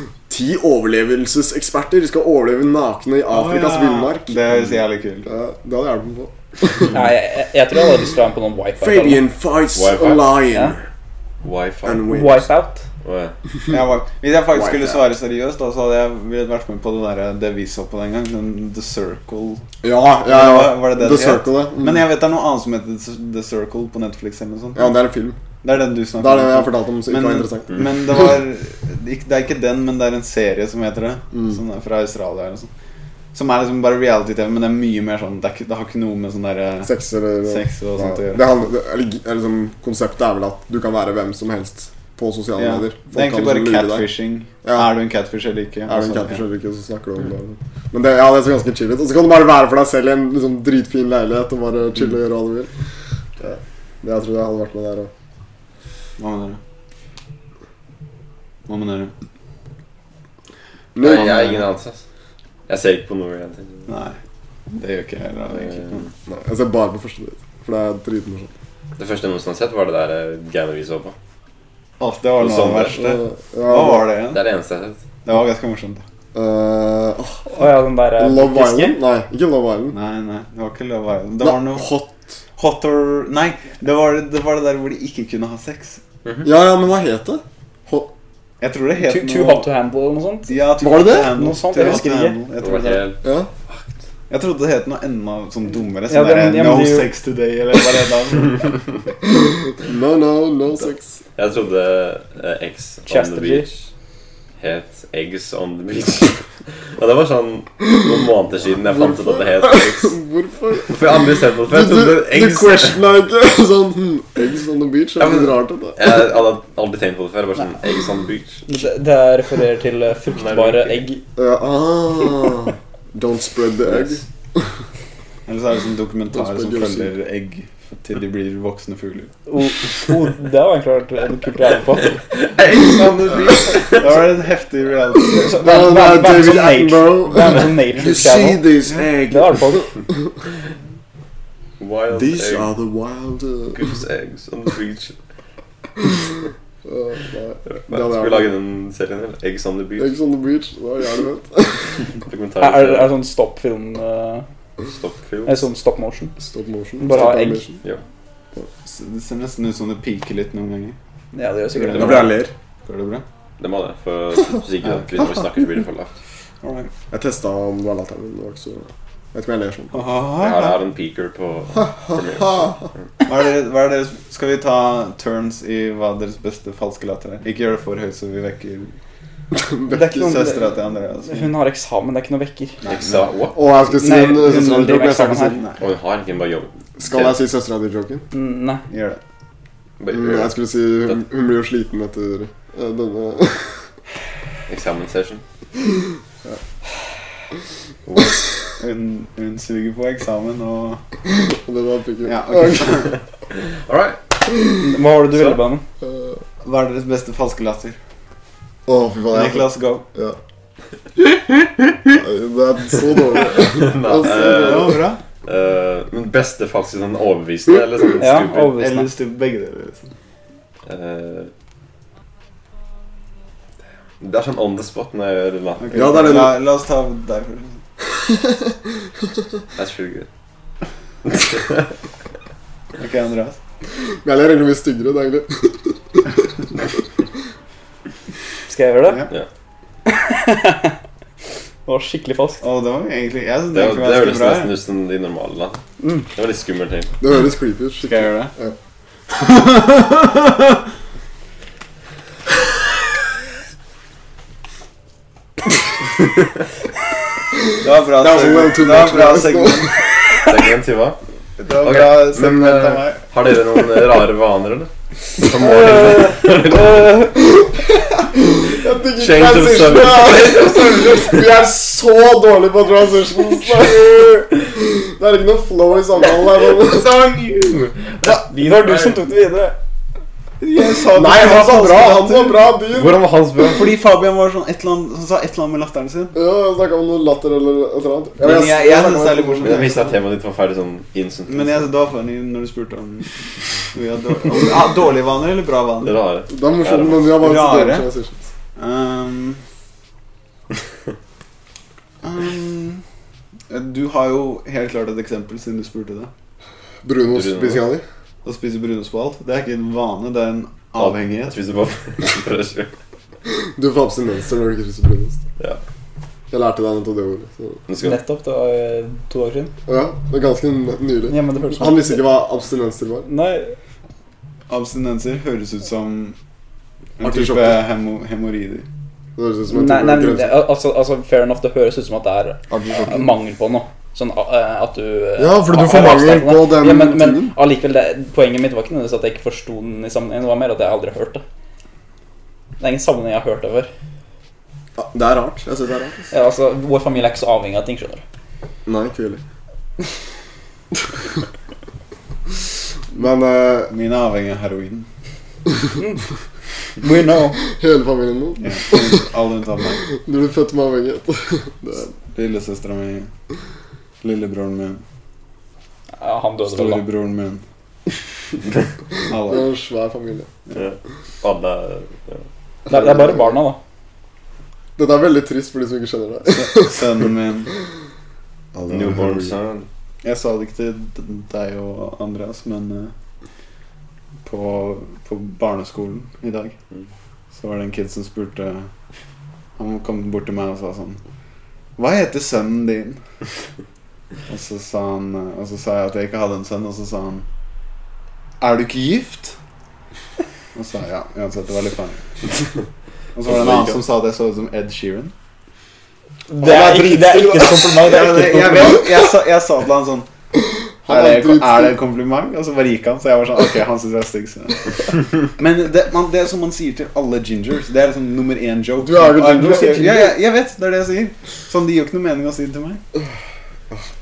S2: Ti overlevelseseksperter skal overleve nakne i Afrikas
S5: Å, ja.
S2: villmark.
S5: Det høres jævlig kult ut.
S2: Ja, det hadde jeg hjulpet på.
S4: Nei, jeg, jeg, jeg tror jeg hadde lyst til å være med på noen wipe-out.
S2: Fabian fights
S3: Wifi.
S2: a lion
S4: Ja.
S3: Wifi.
S2: and wins.
S4: Wipe-out?
S3: Å, ja.
S5: Jeg var, hvis jeg faktisk
S2: Wipe
S5: skulle
S2: out.
S5: svare seriøst, da, så hadde jeg villet vært med på det der, eh, det vi så på den gang. Den The Circle.
S2: Ja, ja, ja.
S5: Hva- var det det
S2: The
S5: det het?
S2: Circle, ja. Mm.
S5: Men jeg vet det er noe annet som heter The Circle på Netflix. eller noe sånt.
S2: Ja, det er en film.
S5: Det er den du
S2: Det
S5: snakker
S2: er det jeg har
S5: om.
S2: fortalt om som
S5: Men,
S2: ikke var interessant. Mm.
S5: men det var ikk- Det er ikke den, men det er en serie som heter det.
S2: Mm.
S5: Sånn der, fra Australia eller noe sånt. Som er liksom bare reality-TV, men det er mye mer sånn Det, er ikke, det har ikke noe med sånn derre
S2: Sex eller
S5: sex og sånt å
S2: Ja,
S5: gjøre.
S2: det handler, det, eller, eller, liksom, konseptet er vel at du kan være hvem som helst på sosiale
S5: Ja.
S2: medier.
S5: Det er egentlig
S2: kan
S5: bare
S2: liksom lure deg.
S5: catfishing.
S2: Ja.
S5: Er du en catfish eller ikke?
S2: Er du
S5: Altså,
S2: en catfish eller ikke, så snakker du om det. Men det, ja, det ser ganske chill ut. Og så kan du bare være for deg selv i en liksom, dritfin leilighet og bare chille og gjøre hva du vil. Ja. Det jeg tror jeg hadde vært med der òg.
S5: ja. Hva mener du? Hva mener du?
S3: Nei, jeg har ingen anelse. ass. Jeg ser ikke på noe. Jeg tenker.
S5: Nei, det gjør ikke jeg heller. egentlig.
S2: Nei, jeg ser bare på første date, for det er dritmorsomt.
S3: Det første jeg noensinne har sett, var det der eh, greiene vi så på.
S5: Åh, det var noe av det
S3: Sånn.
S5: verste.
S2: Og, ja,
S5: Hva var det igjen?
S3: Det er det eneste jeg har sett.
S5: Det var ganske morsomt. da.
S2: eh, åh,
S4: Å ja, den der eh,
S2: Love
S4: fisken.
S2: Island? Nei, ikke Love Island.
S5: Nei, nei, det var ikke Love Island. Det var
S2: Nei,
S5: noe
S2: Hot
S5: hot or Nei, det var det, var det der hvor de ikke kunne ha sex.
S2: Ja, ja, men hva het det? Ho-
S5: Jeg tror det het
S4: Too, too hot to handle eller noe sånt.
S5: Ja, too
S2: Var det
S5: hot to
S2: det?
S5: handle.
S4: Noe sånt,
S5: Too
S4: jeg
S5: hot
S4: husker
S5: to
S4: ikke.
S5: handle. Jeg
S3: Det
S5: tror
S3: var
S5: det var-
S3: helt
S2: Ja.
S5: Jeg trodde det het noe enda sånn dummere.
S4: Ja,
S5: Sånn
S4: det-
S5: der,
S4: ja, men
S5: No
S4: det er jo-
S5: sex today, eller hva det heter.
S2: No, no, no sex.
S3: Jeg trodde eh, Eggs on
S4: Chastity.
S3: the Beach het Eggs on the Beach. Og det var sånn noen måneder siden jeg fant ut at det het Eggs.
S2: Hvorfor?
S3: For jeg har aldri sett på det
S2: Du, du,
S3: før. Jeg trodde
S2: du
S3: Eggs
S2: questiona ikke sånn hm, Eggs on the beach? Det
S3: Ja,
S2: er
S3: men-
S2: litt rart. dette.
S3: Jeg hadde aldri tenkt på det før. Jeg bare sånn Eggs on the Beach.
S4: Det, det refererer til eh, fruktbare
S3: Nei,
S4: egg.
S2: Ja, ah, don't spread the egg.
S3: Yes.
S5: Eller så er det sånn dokumentarer som
S2: Spaghetti.
S5: følger egg til de blir voksne fugler.
S4: Oh, oh, det har egentlig vært en kult å være på.
S3: Eggs on the Beach.
S5: Det var en heftig reality.
S4: Så,
S2: No,
S4: vær-
S2: no,
S4: vær- vær med
S2: David
S4: som nature-
S2: Attenborough.
S4: vær med som Nature
S2: You see
S4: Channel.
S2: these eggs?
S4: Det har vært på.
S3: Wild
S2: These
S3: egg.
S2: are the wild uh,
S3: Goose eggs on the beach.
S2: uh, nei.
S3: Hva,
S2: hadde
S3: Skal
S2: jeg-
S3: vi lage den serien? eller? Eggs on the beach.
S2: Eggs on the beach. Det var jævlig fett.
S4: Er, er, er
S3: Dokumentarserie.
S4: det sånn stoppfilm eh,
S3: Stoppfilm.
S4: Eller sånn stop motion?
S2: Stop motion.
S4: Bare ha
S2: Stop
S4: egg.
S2: animation.
S5: Det ser nesten ut som det piker litt noen ganger.
S4: Ja, det gjør sikkert
S5: Da
S4: det.
S5: blir jeg
S2: ler.
S5: Går det bra?
S3: Det må det. For hvis ikke
S5: Ja.
S3: kvinner snakker, så blir det for lavt.
S5: All right.
S2: Jeg testa om det var latteren min. Det var ikke så Jeg vet ikke om jeg ler sånn.
S3: Jeg har, jeg
S5: Hva
S3: har en peaker på Premiere.
S5: er det, hva er det, skal vi ta turns i hva deres beste falske latter er? Ikke gjør det for høyt, så vi vekker
S4: Det er ikke noe-
S5: søstera til Andreas.
S4: Hun har eksamen, det er ikke noe vekker.
S5: Nei,
S3: Jeg sa what?
S2: Og jeg skulle si
S4: Nei,
S2: en
S4: hun
S2: søstera
S4: driver
S2: di-joke.
S4: eksamen her.
S5: Nei,
S3: Og hun har ikke en bare jobb.
S2: Skal jeg si søstera di-joken?
S4: Mm, Nei.
S5: gjør det.
S3: Bare
S2: Mm, jeg
S3: gjør
S2: skulle si hun, hun blir jo sliten etter eh, denne
S3: Examen session.
S5: Hun, hun suger på eksamen og
S2: Og det var pikken.
S5: Ja, ok.
S3: All right.
S4: Hva var det du
S3: Så?
S4: ville, Benjamin?
S2: Eh,
S5: Hva er deres beste falske latter?
S2: Å, fy faen. jeg-
S5: Niklas, go.
S2: Ja. Det er så dårlig.
S3: Nei,
S5: Det
S3: eh,
S5: var bra.
S3: eh, Men beste faktisk sånn overbevisende eller sånn
S4: Ja,
S3: skummel.
S5: Eller
S4: overbevisende.
S5: hvis du- begge deler. Liksom.
S3: Eh, Det er sånn on the spot når jeg gjør det. da.
S5: Ok,
S2: Ja, det er det.
S5: La, la oss ta deg først.
S3: That's really good.
S5: Ok, Andreas.
S2: Men jeg ler egentlig mye styggere. det er egentlig
S4: Skal jeg gjøre det?
S5: Ja.
S4: Det var skikkelig falskt.
S5: Å, det var egentlig Jeg synes
S3: Det, er jo-
S5: egentlig
S3: det
S5: var ganske
S3: høres
S5: bra.
S3: nesten
S5: jeg.
S3: ut som de normale. da.
S4: Mm.
S3: Det var litt skummelt. ting.
S2: Det høres creepy ut.
S5: Skal jeg
S2: skikkelig.
S5: gjøre det? Det var bra
S2: Det er også
S5: segment.
S2: too
S5: Det var
S2: much
S5: bra
S2: noise nå.
S5: segment.
S3: Segment, Hiva.
S5: Det var
S3: Ok,
S5: bra
S3: men,
S5: segment av
S3: eh,
S5: meg.
S3: Har dere noen rare vaner, eller? På morgenen?
S4: Øh, øh,
S3: Change of subject.
S2: subject. Vi er så dårlige på transitions. Det er ikke noe flow i samtalen. her.
S4: Det var du som tok det videre.
S5: Jeg sa det var
S2: Nei, han var
S5: falske
S2: bra. Han
S5: latter.
S2: var bra din.
S3: Hvordan var hans bønn?
S5: Fordi Fabian var sånn et eller annet, han sa et eller annet med latteren sin.
S2: Ja, Snakka om noe latter eller et eller annet. Ja,
S5: Men jeg- jeg
S2: snakket
S5: synes
S2: om-
S5: det er litt morsomt.
S3: Jeg visste at temaet ditt var ferdig sånn instant.
S5: Men jeg, det var funny når du spurte om vi har dårlige, om, ah, dårlige vaner eller bra vaner.
S3: Rare.
S2: Det er morsomt, men vi har bare så
S5: Rare.
S2: dårlige transitions.
S5: Um, um, du har jo helt klart et eksempel siden du spurte det.
S2: Brunost-spisinga di.
S5: Å spise brunost på alt. Det er ikke en vane, det er en
S3: Jeg
S5: avhengighet.
S3: spiste bare
S2: Du får abstinenser når du ikke spiser brunost.
S3: Ja.
S2: Jeg lærte deg nettopp det ordet. Så.
S3: Nå skal
S4: Nettopp. Det var øh, to dager siden.
S2: Ja, det er ganske n- nylig.
S4: Ja, men det føles som
S2: Han visste ikke hva abstinenser var.
S4: Nei.
S5: Abstinenser høres ut som en
S2: Artichokke.
S5: type hemo, hemoroider.
S2: Det høres ut som en
S4: Nei,
S2: type
S4: nei men,
S2: kreft.
S4: det- altså, altså, fair enough, det høres ut som at det er eh,
S5: Artisjokke.
S4: mangel på noe. Sånn eh, at du eh,
S2: Ja, fordi du får
S4: har
S2: mangel
S4: avstand
S2: på den
S4: ja, men, men
S2: tingen.
S4: allikevel, det, poenget mitt var ikke nødvendigvis at jeg ikke forsto den i sammenhengen. Det var mer at jeg aldri har hørt det. Det er ingen sammenheng jeg har hørt det før.
S2: Ja, det er rart. Jeg synes det er rart.
S4: Ja, altså, Vår familie er ikke så avhengig av ting, skjønner du.
S2: Nei, ikke heller. men eh,
S5: Mine er avhengig av heroin.
S4: We know.
S2: hele familien min
S5: Ja. Alle unntatt meg.
S2: Du blir født med avhengighet. det er,
S5: Lillesøstera mi. Lillebroren min.
S4: Ja, han døde vel da.
S5: Storebroren min.
S2: det er
S5: Alle.
S2: en svær familie.
S3: ja. Alle ja.
S4: Det er, det er bare barna, da.
S2: Dette er veldig trist for de som ikke skjønner det.
S5: Sønnen min.
S3: Newborn son.
S5: Jeg sa det ikke til d- deg og Andreas, men eh, på, på barneskolen i dag
S3: Mm.
S5: Så var det en kid som spurte Han kom bort til meg og sa sånn Hva heter sønnen din? og, så sa han, eh, og så sa jeg at jeg ikke hadde en sønn, og så sa han Er du ikke gift? Og så sa jeg ja. Uansett, det var litt farlig. og så var det en annen som sa at jeg så ut som Ed Sheeran.
S4: Det er ikke, det er ikke et kompliment. Det
S5: Jeg,
S4: er ikke
S5: jeg,
S4: et kompliment.
S5: vet- jeg, sa, jeg sa til han sånn
S2: Han
S5: er
S2: er
S5: det, er
S2: dritstygg.
S5: det en kompliment? Og så bare gikk han. Så jeg var sånn Ok, han syns jeg er stygg. Så. Men det, man, det er som man sier til alle gingers. Det er liksom nummer én joke.
S2: Du er jo
S5: Ah,
S2: ginger,
S5: nå sier-
S2: du er
S5: ja,
S2: ginger.
S5: jeg, jeg vet, det er det jeg sier. Sånn, Det gir jo ikke noe mening å si det til meg.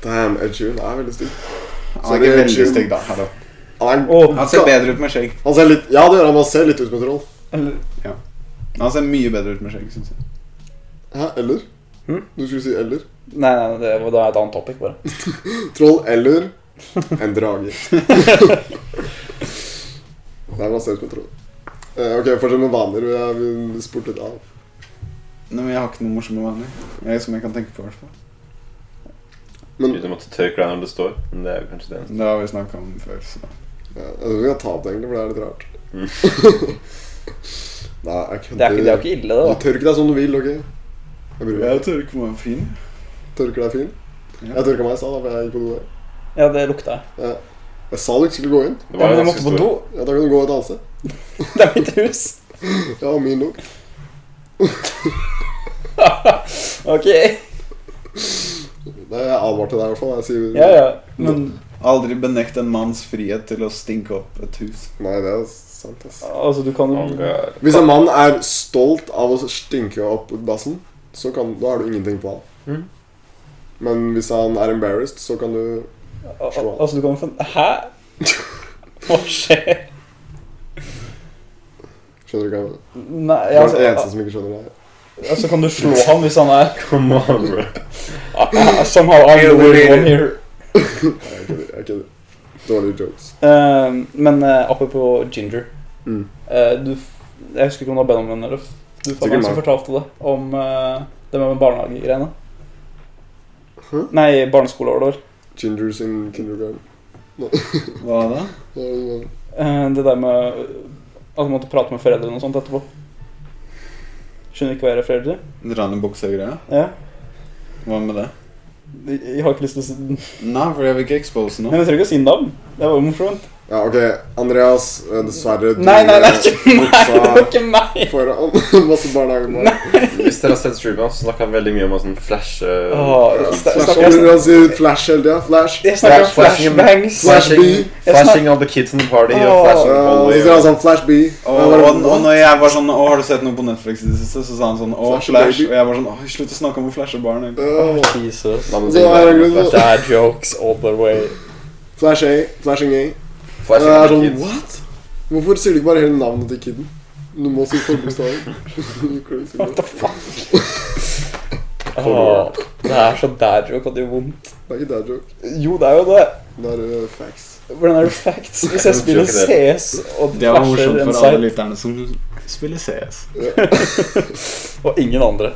S2: Damn, Ed Sheeran er veldig stygg.
S5: Han er ikke veldig stygg, da. Hallo.
S2: Han, er-
S4: Og
S5: Han ser bedre ut med skjegg.
S2: han ser litt Ja, det gjør han. men Han ser litt ut som et troll.
S4: Eller-
S5: Han ser mye bedre ut med skjegg, syns jeg.
S2: Hæ, eller?
S4: Hm?
S2: Du skulle si eller.
S4: Nei, nei, det var da et annet topic, bare.
S2: Troll eller en drage. Nei, men han ser ut som en troll. Eh, ok, fortsett med vaner. Vi har vi spurte litt av.
S5: Nei, men Jeg har ikke noe morsomme vaner. Jeg, som jeg kan tenke på, i hvert fall.
S2: Men
S3: Uten å måtte tørre klærne når det står. Men det er jo kanskje det eneste.
S5: Det har vi snakka om før. Så.
S2: Ja, jeg tror vi kan ta opp det, egentlig, for det er litt rart. Nei, jeg kødder.
S4: Det er ikke, det er jo ikke ille, det, da.
S2: Du tørker deg som du vil, OK? Jeg bryr meg.
S5: Jeg tørker meg fin.
S2: Tørker deg fin.
S5: Ja.
S2: Jeg tørka meg i stad, da, for jeg gikk på do. der.
S4: Ja, det lukta jeg.
S2: Ja. Jeg sa du ikke skulle gå inn.
S3: Det
S4: Ja,
S3: var jo
S4: men jeg måtte
S3: ganske
S4: på
S3: stor.
S4: do.
S2: Ja, Da kan du gå et annet sted.
S4: Det er mitt hus.
S2: Ja, min do.
S4: Ok.
S2: Nei, Jeg advarte deg i hvert fall. Jeg sier
S4: Ja, ja. Men
S5: Aldri benekt en manns frihet til å stinke opp et hus.
S2: Nei, det er sant, ass.
S4: altså, du kan
S3: Oh
S4: jo
S3: god.
S2: Hvis en mann er stolt av å stinke opp dassen, så kan, da har du ingenting på han.
S4: Mm.
S3: Mhm.
S2: Men hvis han er embarrassed, så kan du
S4: al- Altså, du kan jo fin- Hæ? Hva skjer?
S2: Skjønner du hva jeg mener?
S4: Nei,
S2: Du
S4: ja,
S2: er
S4: altså,
S2: den eneste som ikke skjønner det.
S4: altså, kan du slå ham hvis han er
S3: Come on, bro.
S4: Somehow I'm the weird one here.
S2: Nei, Jeg kødder. jeg kødder. Dårlige jokes.
S4: Eh, men uh, apropos Ginger
S2: Mm.
S4: Eh, du, f- Jeg husker ikke om det var Benjamin eller f- du faen
S2: Sikkert
S4: meg som
S2: meg.
S4: fortalte det, om eh, det med barnehagegreiene.
S2: Hæ?
S4: Nei, barneskoleåret vår.
S2: Gingers in kindergarten.
S5: Hva da?
S2: Ja, det var-
S4: Eh, det der med at man måtte prate med foreldrene og sånt etterpå. Skjønner ikke hva jeg refererer til.
S5: Dra ned buksa og greier?
S4: Ja.
S5: Hva med det?
S4: Jeg jeg har ikke lyst til å si den.
S5: Nei, for jeg vil ikke expose
S4: Men
S5: noe.
S4: jeg trenger ikke å si navn. Det var jo morsomt.
S2: Ja, ok. Andreas, eh, dessverre du
S4: Nei, nei, det er
S2: eh,
S4: ikke meg! Det var ikke meg!
S2: foran masse barnehagebarn.
S3: Hvis dere har sett streamen hans, snakker han veldig mye om å sånn flash eh,
S4: Åh,
S3: eh,
S2: Flash,
S4: sta- altså, snakker jeg-
S2: Andreas sier flash hele tida. Flash.
S4: Jeg snakker om
S3: Flashing-
S4: flashbangs.
S3: Flashing,
S4: Jeg
S3: flashing all the kids in the party
S4: Åh.
S3: og flashing
S2: Ja,
S3: all
S2: og så sier han
S3: the
S2: sånn Flash B.
S5: Og, og, og når jeg var sånn Å, har du sett noe på Netflix i det siste? Så sa han sånn Å,
S2: Flash
S5: Flash.
S2: baby.
S5: Og jeg var sånn Å, slutt å snakke om å flashe barn. jeg».
S2: Åh.
S4: Jesus.
S3: Navnet
S2: Så er det
S3: sier
S2: grunn til-
S3: han,
S4: sånn- Det er jokes all the way.
S2: Flash A. Flashing A.
S3: Flashing
S2: Det
S3: all
S2: er
S3: the
S2: sånn,
S3: kids.
S2: what? Hvorfor sier du ikke bare hele navnet til kiden? Du må si forbokstaven.
S4: What
S2: det
S4: the fuck? Åh, det er så dad joke at det gjør vondt.
S2: er ikke dad joke.
S4: Jo, det er jo det.
S2: Det er eh, facts.
S4: Hvordan er det facts? Hvis jeg spiller
S3: Joke det.
S4: CS og
S5: Det var morsomt
S4: flasher en
S5: for alle
S4: site,
S5: lytterne som spiller CS.
S4: og ingen andre.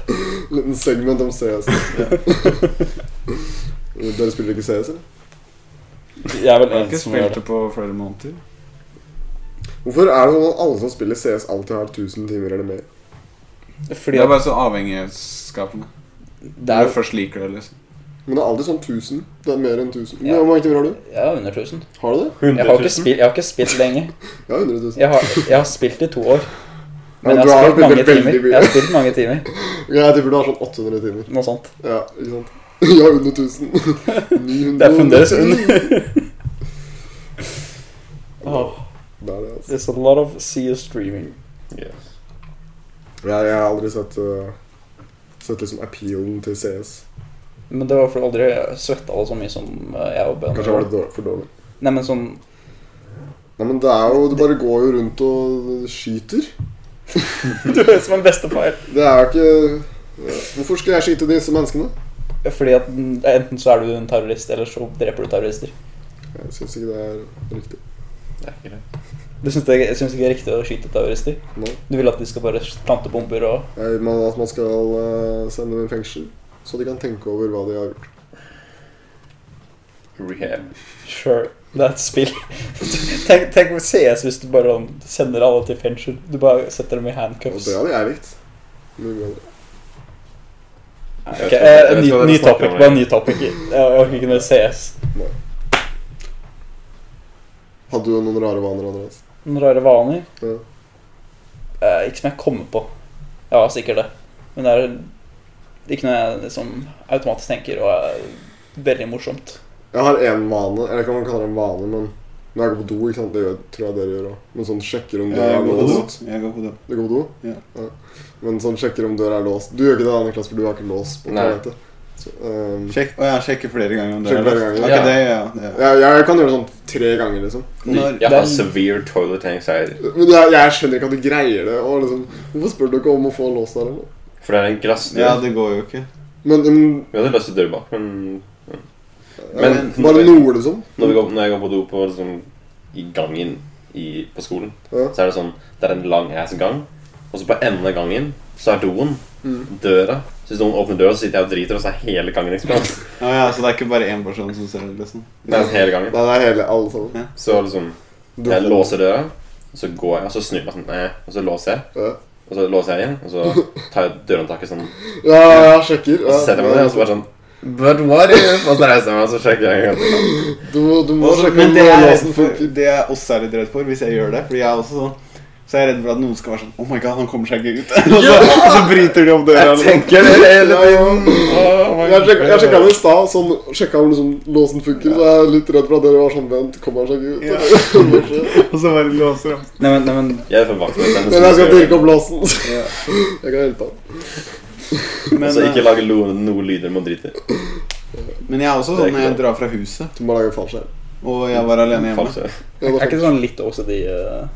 S2: Liten segment om CS. Dere spiller ikke CS, eller?
S4: Jeg er vel
S5: Jeg har
S4: en
S5: ikke
S4: som gjør
S5: spilt
S4: det.
S5: det på flere måneder.
S2: Hvorfor er det sånn at alle som spiller CS, alltid har 1000 timer eller mer?
S4: Fordi
S5: Det er
S4: at
S5: bare så avhengighetsskapende.
S4: det er
S5: Når du først liker det, liksom.
S2: Men det er alltid sånn 1000. Det er mer enn 1000.
S4: Ja.
S2: Hvor mange timer har du?
S4: Jeg er under 1000.
S2: Har du det?
S3: 100
S4: Jeg har ikke
S3: 000.
S4: spilt, jeg har ikke spilt lenge.
S2: Jeg har 100 000.
S4: Jeg har, jeg har spilt i to år. Men
S2: Ja,
S4: jeg
S2: du
S4: har
S2: har spilt
S4: spilt mange
S2: veldig
S4: timer.
S2: mye.
S4: Jeg har spilt mange timer.
S2: Ok, Jeg tipper du har sånn 800 timer.
S4: Noe sånt.
S2: Ja, ikke sant? Jeg har under 1000. 900.
S4: Det er fremdeles under. Åh,
S2: Det er det, altså.
S4: there's a lot of sea streaming.
S3: Yes.
S2: Jeg, jeg har aldri sett, eh, sett liksom appealen til CS.
S4: Men det var for aldri svetta det så mye som eh, jeg og Ben.
S2: Kanskje jeg var litt dårlig, for dårlig.
S4: Nei, men sånn
S2: Nei, men det er jo Du bare går jo rundt og skyter.
S4: Du høres ut som en bestefar.
S2: Det er jo ikke ja. Hvorfor skal jeg skyte disse menneskene?
S4: Fordi at mm, enten så er du en terrorist, eller så dreper du terrorister.
S2: Jeg syns ikke det er riktig.
S3: Det er ikke greit.
S4: Du syns det, jeg syns ikke det er riktig å skyte terrorister?
S2: Nei.
S4: Du vil at de skal bare plante bomber og
S2: Jeg, man, at man skal eh, sende dem i fengsel, så de kan tenke over hva de har gjort.
S3: Rehab.
S4: Sure. Det er et spill. Tenk, tenk på CS hvis du bare sånn sender alle til fengsel. Du bare setter dem i
S2: Og
S4: handcuffs.
S2: det hadde jeg likt. Mye bedre.
S4: Ok,
S3: Jeg vet ikke-
S4: eh,
S3: jeg vet
S4: ny,
S3: ikke hva dere
S4: ny
S3: snakker
S4: topic.
S3: om,
S4: Bare ny topic. Jeg jeg orker ikke noe CS.
S2: Hadde du noen rare vaner, Andreas?
S4: Noen rare vaner?
S2: Ja.
S4: Eh, ikke som jeg kommer på. Jeg har sikkert det. Men det er ikke noe jeg liksom automatisk tenker og er veldig morsomt.
S2: Jeg har én vane. Eller jeg kan man kalle det en vane, men når jeg går på do ikke sant? Det gjør, tror jeg dere gjør òg. Men sånn sjekker om døra
S5: Jeg
S2: er
S5: går på do.
S2: låst.
S5: Jeg går på do.
S2: Du går på do?
S5: Ja.
S2: Men sånn sjekker om døra er låst. Du gjør ikke det, Niklas, for du har ikke lås på
S3: Nei.
S2: toalettet. Så, ehm,
S5: Sjekk, å ja, sjekke flere ganger om det
S2: Sjekke
S5: er
S2: flere
S5: låst.
S2: ganger.
S5: Ok,
S4: Ja.
S5: det gjør jeg. det gjør jeg.
S2: jeg, jeg kan gjøre det sånn tre ganger, liksom.
S5: Når,
S3: Jeg har
S4: Den-
S3: severe toilet anxiety.
S2: Men jeg, jeg skjønner ikke at du greier det. Og liksom, hvorfor spør dere om å få lås der? Eller? noe?
S3: For det er en glassdør.
S5: ja, det går jo ikke.
S2: Men, men,
S3: Vi hadde løst døra bak,
S2: men
S3: men Men-
S2: Bare noe, liksom.
S3: når, vi går, når jeg går på do på, liksom, i gangen i, på skolen,
S2: Ja.
S3: så er det sånn Det er en lang ass gang, og så på enden av gangen så er doen.
S2: Mm.
S3: Døra. Så hvis noen åpner døra, så sitter jeg og driter, og så er hele gangen eksplodert.
S5: Å ja, så det er ikke bare én person som ser det, liksom.
S3: Det er hele gangen.
S2: Nei, det er hele, alle sammen.
S3: Så liksom
S2: Du-
S3: Jeg låser døra, og så går jeg, og så snur jeg meg sånn, eh, og så låser jeg.
S2: Ja,
S3: Og så låser jeg igjen, og så tar jeg dørhåndtaket sånn, og
S2: ja, ja, sjekker.
S3: så
S2: Ja,
S3: setter jeg meg ned, og så bare sånn But what if? Og så reiser jeg meg, og så sjekker jeg. en gang til.
S2: Du, må- du må
S5: Og-
S2: sjekke
S5: Men
S2: om
S5: det
S2: du har
S5: jeg, er
S2: låsen
S5: redd for,
S2: funker.
S5: det jeg også er litt redd for, hvis jeg gjør det Fordi jeg er også sånn Så er jeg redd for at noen skal være sånn Oh my god, han kommer seg ikke ut. og, så, og så bryter de opp døra. eller noe.
S3: tenker det hele tiden.
S5: Oh my
S2: Jeg sjekka, jeg sjekka
S5: god.
S2: det i stad, sånn, sjekka om liksom, låsen funker. Så jeg er litt redd for at dere var sånn Vent, kommer han seg ikke ut?
S5: Ja.
S2: Hva skjer?
S5: Og så bare låser han.
S4: Nei, men, nei, men
S3: Jeg er for vaktmesteren.
S2: Men jeg skal
S3: så-
S2: tørke opp låsen. Jeg kan hjelpe han.
S5: Men,
S3: Altså ikke
S5: eh,
S3: lage lo- noe lyder man driter.
S5: men jeg er også
S3: Det
S5: sånn
S3: er ikke
S5: når jeg
S3: bra.
S5: drar fra huset,
S2: Du må lage fallskjerm.
S5: og jeg var alene hjemme
S3: Falsk.
S2: Ja,
S4: er
S2: det er
S4: ikke
S2: fallskjerm.
S4: det sånn litt OCD eh?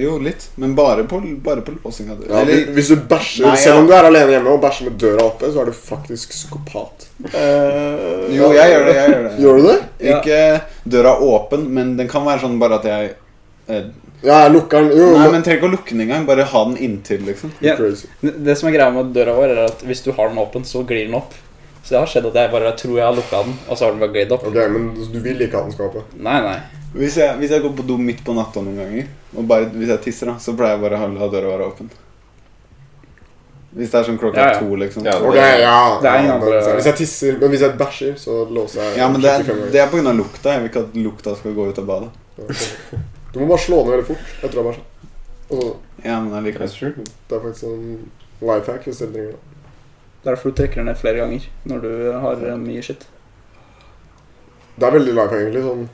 S5: Jo, litt. Men bare på, bare på låsinga.
S2: Ja,
S5: Eller
S2: hvis- hvis du bæsjer,
S5: Nei,
S2: selv
S5: ja.
S2: om du er alene hjemme og bæsjer med døra oppe, så er du faktisk psykopat.
S4: Eh,
S5: Jo, jeg gjør det. jeg gjør det
S2: Gjør du det?
S4: Ja.
S5: Ikke døra åpen, men den kan være sånn bare at jeg eh,
S2: Ja, jeg lukker den. Jo,
S5: Nei,
S2: men,
S5: men trenger ikke å lukke den engang. Bare ha den inntil, liksom.
S4: ja,
S2: Crazy.
S4: Det som er greia med døra vår, er at hvis du har den åpen, så glir den opp. Så det har skjedd at jeg bare tror jeg har lukka den, og så har den bare glidd opp.
S2: Ok, men du vil ikke ha den skapet?
S4: Nei, nei.
S5: Hvis jeg, hvis jeg går på do midt på natta noen ganger, og bare, hvis jeg tisser, da, så pleier jeg bare å la døra være åpen. Hvis det er sånn klokka
S4: Ja, ja.
S5: to, liksom.
S3: Ja,
S5: Ja,
S3: det-
S2: Ok, ja.
S4: Det er ingen
S2: ja, men
S4: andre-
S2: Hvis jeg tisser, men hvis jeg bæsjer, så låser jeg
S5: men det er,
S2: 75 ganger.
S5: det er på grunn av lukta. Jeg vil ikke at lukta skal gå ut av badet.
S2: Du må bare slå ned veldig fort etter å ha bæsja. Og så-
S5: Ja, men allikevel.
S3: That's true.
S2: Det er faktisk en life hack hvis dere trenger det.
S4: Derfor du trekker den ned flere ganger når du har eh, mye skitt.
S2: Det er veldig life hack, egentlig. Sånn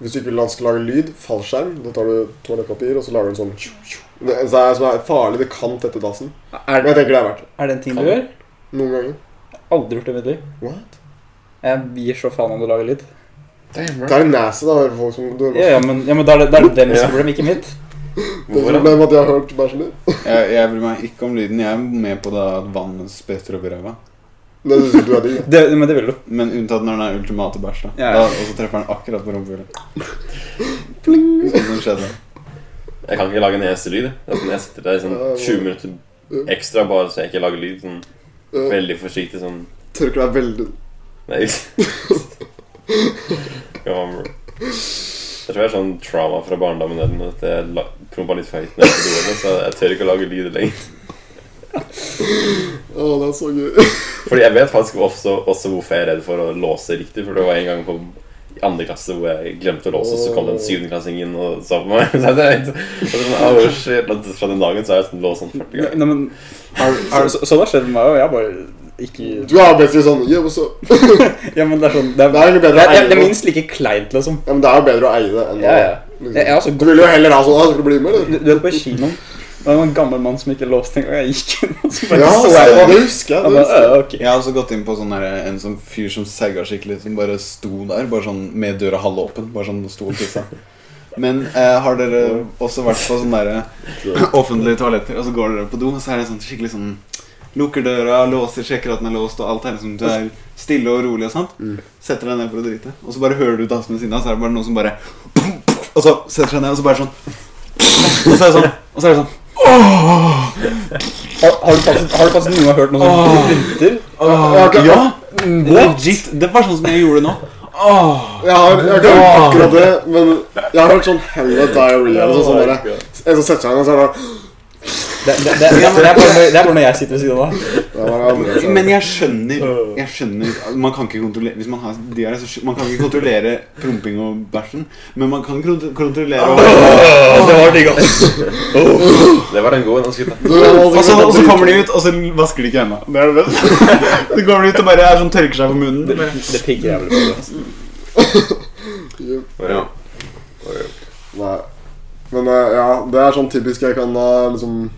S2: hvis du ikke vil at den skal lage lyd, fallskjerm. Da tar du toalettpapir og så lager du en sånn tju, tju. Det det er, som er farlig. Det kan tette dassen.
S4: Er,
S2: Men jeg tenker det er verdt det.
S4: er det en ting du
S3: Kan-
S4: gjør?
S2: Noen ganger.
S4: Aldri gjort det i mitt liv.
S2: What?
S4: Jeg gir så faen om du lager lyd.
S3: Damn,
S2: Det er nasty, da. Hører folk som du,
S4: Ja, ja, men, ja, men da er det, da er det deres
S3: Ja.
S4: problem, ikke mitt.
S2: Det er
S3: Hvorfor da?
S2: problemet at jeg har hørt bæsjen din.
S5: Jeg, jeg bryr meg ikke om lyden. Jeg er med på det at vannet spretter opp i ræva.
S2: Det synes jeg du er digg. da.
S4: Det, men det vil du.
S5: Men unntatt når den er ultimate bæsj, da.
S4: Ja, ja.
S5: da. Og så treffer den akkurat på rumpehullet. Sånn som skjedde.
S3: Jeg kan ikke lage en eneste lyd. jeg. Det er sånn, jeg sitter der i sånn 20 minutter ekstra bare så jeg ikke lager lyd. Sånn
S2: Ja,
S3: veldig forsiktig sånn
S2: Tørker deg veldig
S3: Nei. Come on, bro. Jeg tror jeg er sånn trauma fra barndommen eller noe, at jeg la- prompa litt for høyt ned på doene, så jeg tør ikke å lage lyder lenger.
S2: Å, det er så gøy.
S3: Fordi jeg vet faktisk også, også hvorfor jeg er redd for å låse riktig, for det var en gang på i andre klasse hvor jeg glemte å låse, så kom det en syvendeklassing inn og sa på meg. Så jeg tenkte, og så sånn, «Au, shit. Og Fra den dagen så har jeg sånn låst sånn 40 ganger.
S4: Nei, men, så, så, så da skjer det med meg òg. Jeg bare ikke
S2: Du er basically sånn yeah, what's up?
S4: Ja, men det er sånn Det er,
S2: Det er egentlig bedre å
S4: det er,
S2: eie
S4: det er
S2: det.
S4: minst like kleint, liksom.
S2: Ja, men det er jo bedre å eie det enn å
S4: Ja, ja.
S2: liksom.
S4: Jeg, jeg, altså,
S2: Du ville jo heller ha sånn «Ah, Skal du bli med,
S4: Du
S2: eller?
S4: du vet på kinoen Det var en gammel mann som ikke låste engang. Jeg gikk inn, og så bare
S2: Ja,
S4: så
S2: det
S4: jeg
S2: det
S4: det.
S2: husker jeg.
S4: Jeg
S2: Det
S4: bare,
S2: husker jeg.
S4: «Øh, ok.
S5: Jeg har også gått inn på sånn der, en sånn fyr som sagga skikkelig, som bare sto der bare sånn med døra halvåpen. Bare sånn sto og tissa. Men eh, har dere også vært på sånne der eh, offentlige toaletter, og så går dere på do, og så er det sånn skikkelig sånn Lukker døra, låser, sjekker at den er låst, og alt er liksom Du er stille og rolig og sånt. Setter deg ned for å drite, og så bare hører du dassen ved siden av, så er det bare noen som bare Og så setter seg ned, og så bare sånn Og så er det sånn. Og så er det sånn
S4: Har, har, du faktisk, har du faktisk noen gang hørt noe sånt?
S5: Åh.
S4: Runter?
S5: Åh,
S2: ok.
S5: ja, legit. Det var sånn som jeg gjorde nå. Åh,
S2: Jeg har, jeg har ikke hørt akkurat det, men jeg har hørt sånn hella diaré eller sånn. sånn der. En som setter seg ned, og så er det bare-
S4: Det, det, det, det, er bare når- det er bare når jeg sitter ved siden av.
S2: Det var det andre. så-
S5: Men jeg skjønner Jeg skjønner Man kan ikke kontrollere Hvis man har diaré, så skj- Man kan ikke kontrollere promping og bæsjen, men man kan kont- kontrollere
S4: Det var digg, ass.
S2: Oh.
S3: Det var en god en å skyte.
S2: Du, jeg må
S5: Og så,
S2: sikkert-
S5: og så kommer de ut, og så vasker de ikke ennå. Det er det beste. Så kommer de ut og bare er sånn tørker seg på munnen.
S4: Det altså. pigger jeg vel på. ass.
S3: Ja.
S2: Nei. Men eh, ja, det er sånn typisk jeg kan ha liksom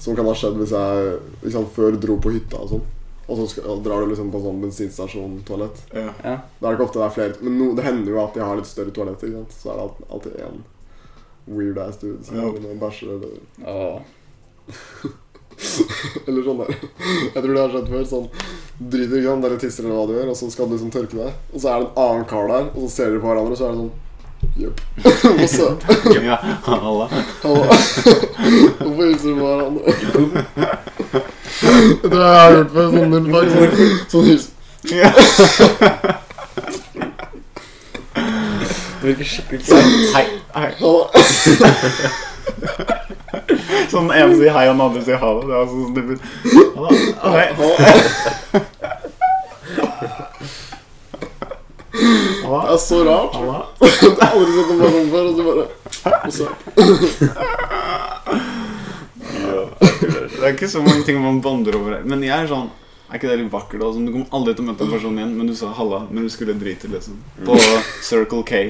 S2: Som kan ha skjedd hvis jeg liksom, før dro på hytta og sånn. Og så skal, og drar du liksom på en sånn bensinstasjon-toalett.
S4: Ja.
S2: Da er det ikke ofte det er flere Men no, det hender jo at de har litt større toaletter, ikke sant. Så er det alt- alltid én weird ass dude som
S8: Ja.
S2: ja. bæsjer eller
S4: Åh.
S2: Eller sånn der. Jeg tror det har skjedd før. Sånn driter ikke sant, eller tisser eller hva du gjør, og så skal du liksom tørke deg. Og så er det en annen kar der, og så ser dere på hverandre, og så er det sånn Jepp. What's up?
S5: Ja, alle.
S2: Hallo. Hvorfor hilser du på hverandre? Det tror jeg jeg har gjort før. Sånn null fag. Sånn, sånn hilsen.
S4: Det virker skikkelig kleint.
S5: Hei, hei.
S2: Hallo.
S5: Sånn den ene sier hei, og den andre sier ha det. Det er altså sånn så stupid. Ha det.
S2: Hallo.
S5: Ha
S2: Det er så rart.
S5: det.
S2: Jeg har aldri sett noe sånn før. Og så bare What's up?
S5: Det er ikke så mange ting man bonder over her. Men jeg er sånn Er ikke det litt vakkert? Også? Du kommer aldri til å møte en person igjen, men du sa halla når du skulle drite, liksom. På Circle K.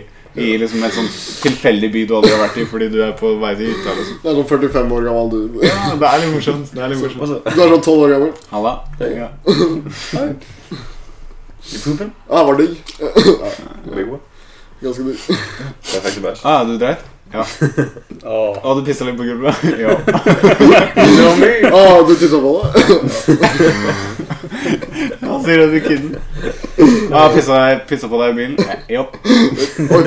S5: I liksom et sånn tilfeldig by du aldri har vært i fordi du er på vei til hytta. liksom
S2: Det er sånn 45 år gammel du.
S5: Ja, Det er litt morsomt. Det er litt morsomt
S2: Du er sånn 12 år gammel.
S5: Halla. Ja.
S2: Ja, det Ah, var digg. Ja,
S3: Big one.
S2: Ganske digg.
S3: Perfekt bæsj.
S5: Ah, du dreit?
S4: Åh.
S5: Å, du pissa litt på gulvet? Ja.
S2: Å, Ah, du titta på det?
S5: Han sier det til kiden. Ah, pissa, jeg- pissa på deg i bilen? Eh, Ja.
S2: Oi.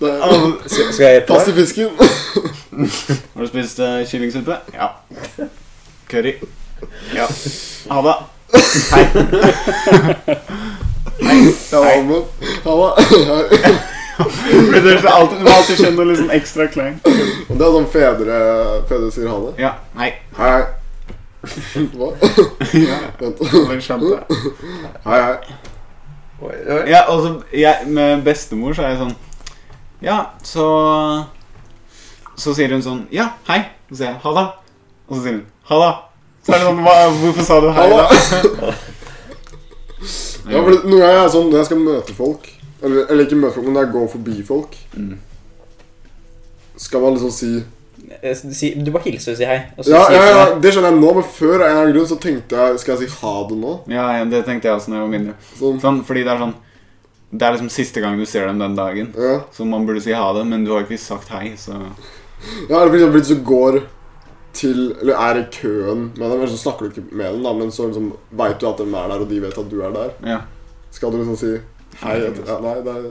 S2: Det er
S4: Skal skal jeg hjelpe
S2: Pass
S4: deg?
S2: til fisken.
S5: Har du spist uh, kyllingsuppe? Ja. Curry? Ja. Ha det. Hei.
S2: Ja, men. Ha det.
S5: Fordi det er alltid, du må alltid kjenne noe litt sånn ekstra klein.
S2: Og det er sånn fedre, fedre sier ha det.
S5: Ja, hei.
S2: Hei, hei. Hva?
S5: Ja,
S2: Vent.
S5: det skjønte jeg.
S2: Hei, hei.
S3: Oi, oi.
S5: Ja, og så jeg, Med bestemor så er jeg sånn Ja, så Så sier hun sånn Ja, hei. Så sier jeg ha det. Og så sier hun ha det. Så er det sånn hva, Hvorfor sa du hei da?
S2: Ja, for noen ganger er jeg sånn når jeg skal møte folk Eller, eller ikke møte folk, men når jeg går forbi folk
S5: Mm.
S2: Skal man liksom si
S4: Eh, si- Du bare hilser og sier hei. Og så
S2: ja,
S4: sier
S2: ja,
S4: du
S2: ja,
S4: hei.
S2: det skjønner jeg nå, men før av en eller annen grunn så tenkte jeg Skal jeg si ha det nå?
S5: Ja, ja, det tenkte jeg også da jeg var mindre.
S2: Sånn,
S5: Sånn, fordi det er sånn Det er liksom siste gang du ser dem den dagen.
S2: ja.
S5: Så man burde si ha det, men du har ikke sagt hei, så
S2: ja, eller for eksempel hvis du går til Eller er i køen med dem, eller så snakker du ikke med dem, da, men så liksom veit du at de er der, og de vet at du er der.
S5: ja.
S2: Skal du liksom si hei? etter- Ja, nei, det er,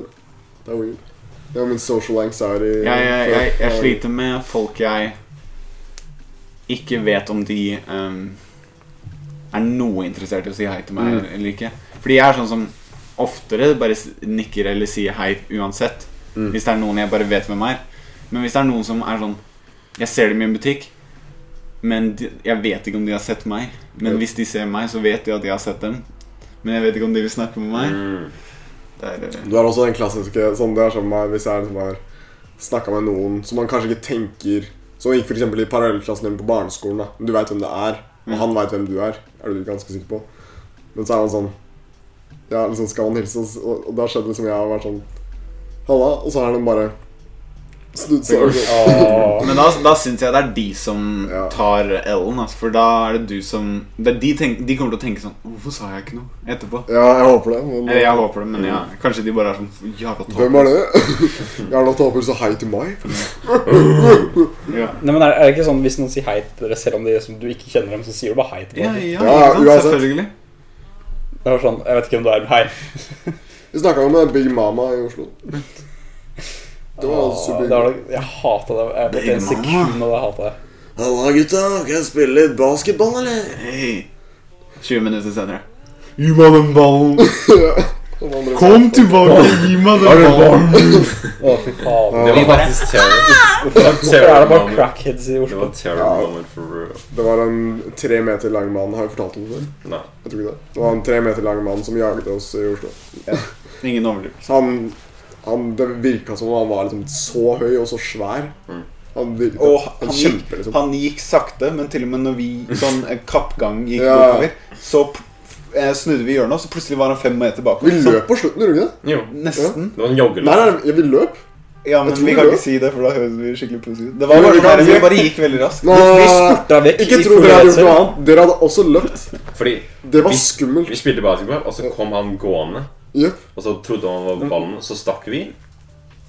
S2: det er weird. Det var min social anxiety.
S5: Jeg, jeg, jeg, jeg
S2: før.
S5: sliter med folk jeg ikke vet om de ehm, er noe interessert i å si hei til meg
S2: Mm.
S5: eller ikke. Fordi jeg er sånn som oftere bare s- nikker eller sier hei uansett.
S2: Mm.
S5: Hvis det er noen jeg bare vet hvem er. Men hvis det er noen som er sånn Jeg ser dem i en butikk, men de, jeg vet ikke om de har sett meg. Men
S2: Ja.
S5: hvis de ser meg, så vet de at jeg har sett dem. Men jeg vet ikke om de vil snakke med meg.
S3: Mm.
S5: Det er, eh,
S2: Du er også den klassiske sånn, Det er som meg hvis jeg liksom har snakka med noen som man kanskje ikke tenker Som gikk f.eks. i parallellklassen din på barneskolen. da Du veit hvem det er, og
S5: Mm.
S2: han veit hvem du er. Er du ganske sikker på Men så er man sånn Ja, liksom skal man hilse, og s- og, og det har skjedd liksom jeg har vært sånn Halla, og så har de bare snudd seg. og gått.
S4: Åh.
S5: Men da, da syns jeg det er de som
S2: Ja.
S5: tar L-en, altså, for da er det du som det er de, tenk, de kommer til å tenke sånn Hvorfor sa jeg ikke noe etterpå?
S2: Ja, jeg håper det. Men eh,
S5: Eller jeg håper det, men ja, kanskje de bare er sånn jævla tåper.
S2: hvem er det? Jævla taper, så hei til meg.
S5: Ja,
S4: Nei, men er, er det ikke sånn hvis noen sier hei til dere selv om de, som du ikke kjenner dem, så sier du bare hei til
S5: ja,
S4: dem?
S5: ja,
S2: Ja,
S5: ikke sant?
S2: uansett.
S5: selvfølgelig.
S4: Det var sånn, Jeg vet ikke om du er med hei.
S2: Vi snakka jo med Big Mama i Oslo. Det var
S4: Åh,
S2: super
S4: det var, jeg hata det. Jeg vet ikke en
S5: Big Mama.
S4: sekund av det hatet.
S2: Halla, gutta. Kan jeg spille litt basketball, eller?
S5: Hei. 20 minutter senere. Gi meg den ballen!
S2: Noen andre-
S5: Kom tilbake, gi meg det barnet!
S4: Å, fy faen.
S6: Vi
S3: Det var
S6: bare-
S3: faktisk terror. Det var
S4: Hvorfor er det bare
S3: moment.
S4: crackheads i
S3: Det
S4: Oslo?
S3: var terror
S2: Ah! Ja.
S3: moment for real.
S2: Det var en tre meter lang mann Har jeg fortalt om det før?
S3: Nei.
S2: Jeg tror ikke det. Det var en tre meter lang mann som jaget oss i Oslo.
S6: Ingen overdrivelse.
S2: Så han, han Det virka som om han var liksom så høy og så svær.
S3: Mm.
S2: Han, virket,
S5: Og
S2: han,
S5: han gikk-
S2: kjemper, liksom.
S5: Han gikk sakte, men til og med når vi sånn en kappgang gikk
S2: Ja.
S5: bortover, så p- eh, snudde vi hjørnet, og så plutselig var han fem meter
S2: Vi
S5: bakover.
S2: løp på slutten, gjorde vi ikke det?
S3: Jo.
S5: Nesten.
S3: Det var en
S2: Nei,
S3: joggeløp.
S2: nei, nei, vi løp.
S5: Ja, men
S2: Jeg
S5: vi
S2: tror vi
S5: kan
S2: løp.
S5: ikke si det, for da høres vi skikkelig positive ut. Det
S2: Jo,
S5: var
S2: vi
S5: bare sånn
S2: kan
S5: der,
S2: si
S5: vi
S2: det.
S5: bare gikk veldig raskt.
S2: Nå,
S4: Vi spurta vekk
S2: ikke
S4: i
S2: tro
S4: full
S2: dere hadde gjort
S4: redsel.
S2: noe annet. Dere hadde også løpt.
S3: Fordi
S2: Det var
S3: Vi-
S2: skummelt.
S3: vi spilte basketball, og så kom han gående.
S2: Jep.
S3: Og så trodde han var ballen, og så stakk vi.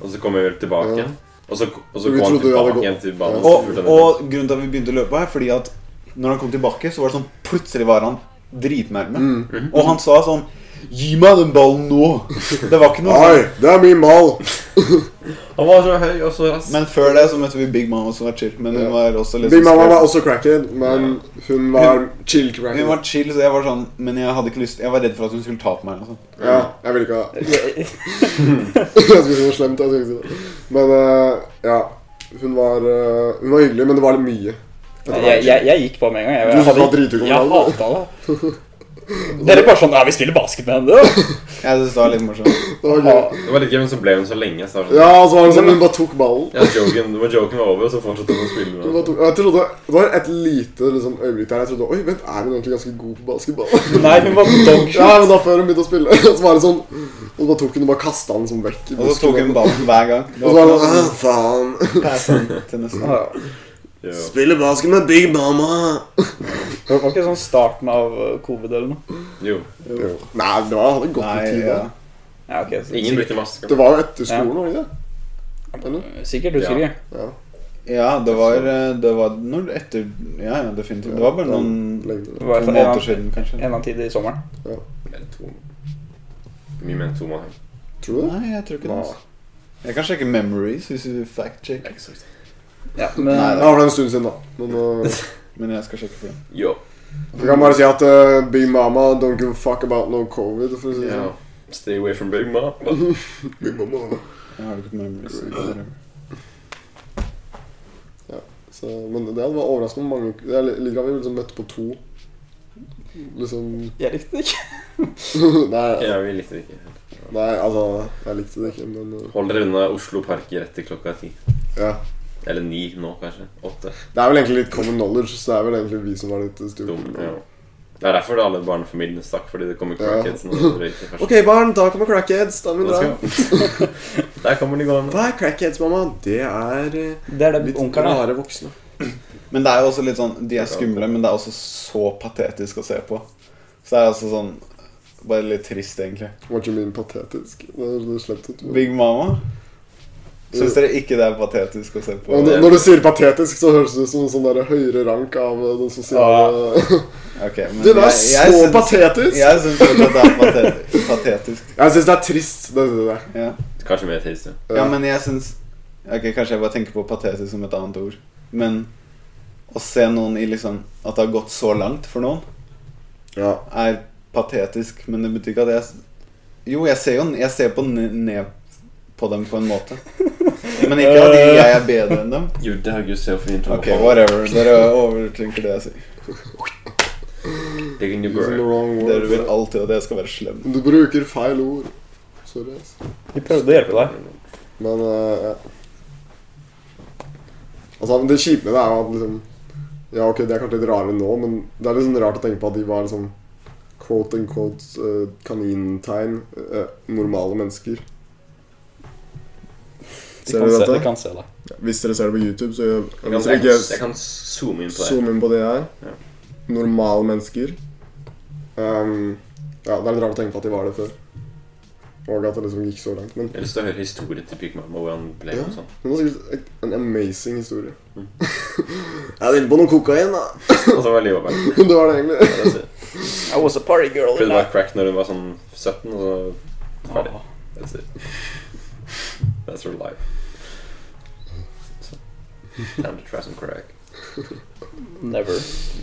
S3: Og så kom vi tilbake
S2: Ja.
S3: igjen. Og så, og så
S2: Vi
S3: kom han
S2: trodde vi hadde
S3: tilbake
S2: gått.
S3: igjen til ballen.
S2: Ja.
S3: så
S5: Og,
S3: fulgte han etter
S5: og grunnen til at vi begynte å løpe, er fordi at når han kom tilbake, så var det sånn Plutselig var han dritnærme.
S2: Mm.
S5: Og han sa sånn Gi meg den ballen nå! Det var ikke noe
S2: Nei,
S5: sånn.
S2: det er min mal.
S3: oss. Han var så høy og så rask.
S5: Men før det så møtte vi Big Mama, som var chill. Men hun
S2: Ja.
S5: var også litt
S2: Min
S5: sånn
S2: mamma
S5: sprø.
S2: var også crackhead, men hun var chill
S5: Hun
S2: crackhead.
S5: var chill, så jeg var sånn Men jeg hadde ikke lyst Jeg var redd for at hun skulle ta på meg. altså. eller noe sånt.
S2: Ja, jeg ville ikke ha
S4: Jeg-
S2: Jeg skulle si noe slemt. jeg skulle ikke si det. Men eh, ja, hun var, eh, hun var hyggelig, men det var litt mye.
S4: Jeg, jeg, jeg gikk på med en gang. Jeg,
S2: Du
S4: jeg,
S2: synes det var drithygg om det,
S4: jeg
S2: eller?
S4: hata det. Dere bare sånn Ja, vi spiller basket med henne, da.
S5: Jeg synes det var litt morsomt.
S2: Det var gøy.
S4: Ja,
S3: Det var litt gøy, men så ble hun så lenge. Så var det sånn,
S2: Ja, så var det sånn, hun bare tok ballen.
S3: ja, joken, når joken var over, og så fortsatte hun å spille.
S2: Hun
S3: Med.
S2: bare tok, jeg trodde, Det var et lite liksom, øyeblikk der jeg trodde Oi, vent, er hun egentlig ganske god på basketball?
S4: Nei, hun var dog
S2: Ja, men da før hun begynte å spille, så var det sånn Og så bare tok hun og bare kastet den sånn vekk i
S5: Og så tok hun
S2: busken.
S5: ballen hver gang. Det
S2: Og så
S5: var
S2: var
S5: ikke
S2: det
S5: noe
S2: sånn «Ah,
S5: sånn
S2: Faen.
S5: pass on til neste.
S4: Ja.
S3: Ja.
S2: Spiller basket med Big Mama.
S4: Det var ikke sånn starten av uh, covid eller noe.
S3: Jo.
S2: Jo. Nei, det var, hadde gått
S5: Nei,
S2: litt tid. da.
S5: ja.
S4: Ja, ok, så,
S3: Ingen brukte maske.
S2: Det var jo etter skolen, var det ikke det? Eller?
S4: Sikkert husker
S3: Ja.
S4: ikke.
S2: Ja.
S5: ja, det var eh, Det var når etter Ja, ja, definitivt. Det var bare noen
S2: Lenge til
S4: Det
S2: det.
S4: var i
S5: to
S4: hvert fall en
S5: måneder
S4: eller
S5: siden, kanskje.
S4: annen- en eller annen tid i sommeren.
S3: Mer enn to. Mye mer enn to måneder.
S2: Tror du det?
S5: Nei, jeg tror ikke det.
S2: Nei.
S5: altså. Jeg kan sjekke memories hvis du fact-check.
S4: Ja, men
S5: Nei,
S2: Ja, det var en stund siden, da. Men uh,
S5: Men jeg skal sjekke for det.
S3: Jo.
S2: vi kan bare si at uh, Big Mama don't give a fuck about no covid. For å si det
S3: Ja.
S2: sånn.
S3: Stay away from big mom.
S2: Big Mama.
S5: Jeg har ikke memories. whatever.
S2: Så, men det var overraskende mange Jeg liker at vi liksom møtte på to. Liksom
S4: jeg likte det ikke.
S2: nei,
S3: Ja, vi likte det ikke.
S2: nei, altså Jeg likte det ikke, men uh,
S3: Hold dere unna Oslo Park rett til klokka ti.
S2: ja.
S3: Eller ni nå, kanskje. Åtte.
S2: Det er vel egentlig litt common knowledge, så det er vel egentlig vi som var litt eh,
S3: Dum, ja.
S2: stupide.
S3: Det er derfor alle barnefamiliene stakk, fordi det kommer
S2: Ja.
S3: crackheads og røyker først.
S2: Ok, barn, da kommer crackheads. Da må vi
S3: Da
S2: dra.
S3: skal- Der kommer de gående.
S2: Hva er crackheads, mamma? Det er uh,
S4: Det er det
S2: litt
S4: onkelen er.
S2: rare voksne.
S5: Men det er jo også litt sånn De er skumle, men det er også så patetisk å se på. Så det er altså sånn Bare litt trist, egentlig.
S2: What you mean patetisk? Det høres slemt ut. men-
S5: Big Mama? Syns dere ikke det er patetisk å se på?
S2: Og når- når du sier patetisk, så høres det ut som en sånn der høyere rank av eh, den sosiale
S5: Ok, men
S2: Det der er
S5: jeg- jeg
S2: så
S5: syns-
S2: patetisk!
S5: Jeg syns fortsatt det er patetisk. patetisk.
S2: Jeg syns det er trist. Det, det, det.
S5: Ja.
S3: Kanskje mer tasty.
S5: ja, men jeg syns Ok, kanskje jeg bare tenker på patetisk som et annet ord. Men å se noen i liksom At det har gått så langt for noen
S2: Ja.
S5: er patetisk, men det betyr ikke at jeg Jo, jeg ser jo jeg ser på ne- ned på dem på en måte. Men ikke at jeg er bedre enn dem.
S3: Jude Haugust ser fint
S5: Ok, whatever. Dere overtenker det jeg sier.
S3: Digging your
S2: Using the
S3: girl.
S2: wrong
S5: Dere vil
S2: word.
S5: alltid at jeg skal være slem.
S2: Du bruker feil ord. Sorry, ass.
S4: Vi prøvde å hjelpe deg.
S2: Men eh, ja. Altså, men det kjipe med det er jo at liksom Ja, ok, det er kanskje litt rarere nå, men det er liksom rart å tenke på at de var liksom quote and quote kanintegn eh, normale mennesker.
S4: Vi
S2: Ser
S4: kan
S2: du
S4: se,
S2: dette?
S4: vi kan se det.
S2: Hvis dere ser det på YouTube, så
S3: Jeg kan, jeg, kan- jeg kan zoome inn på det.
S2: Zoom inn på det her.
S3: Ja.
S2: Normale mennesker. Ehm, ja, det er litt rart å tenke på at de var det før. Og at det liksom gikk så langt. Men
S3: Jeg har lyst til å høre historien til Big Mama. Hvordan han ble
S2: Ja.
S3: og sånn.
S2: hun har sikkert ek- en amazing historie.
S3: Mm.
S2: jeg er inne på noe kokain, da.
S3: Og så var livet bare ja,
S2: det var det egentlig.
S3: det er synd.
S4: I was a party girl
S3: Prøvde bare crack når hun var sånn 17, og så ferdig.
S4: Ah,
S3: That's it. That's her life. So, time to try some crack.
S4: Never.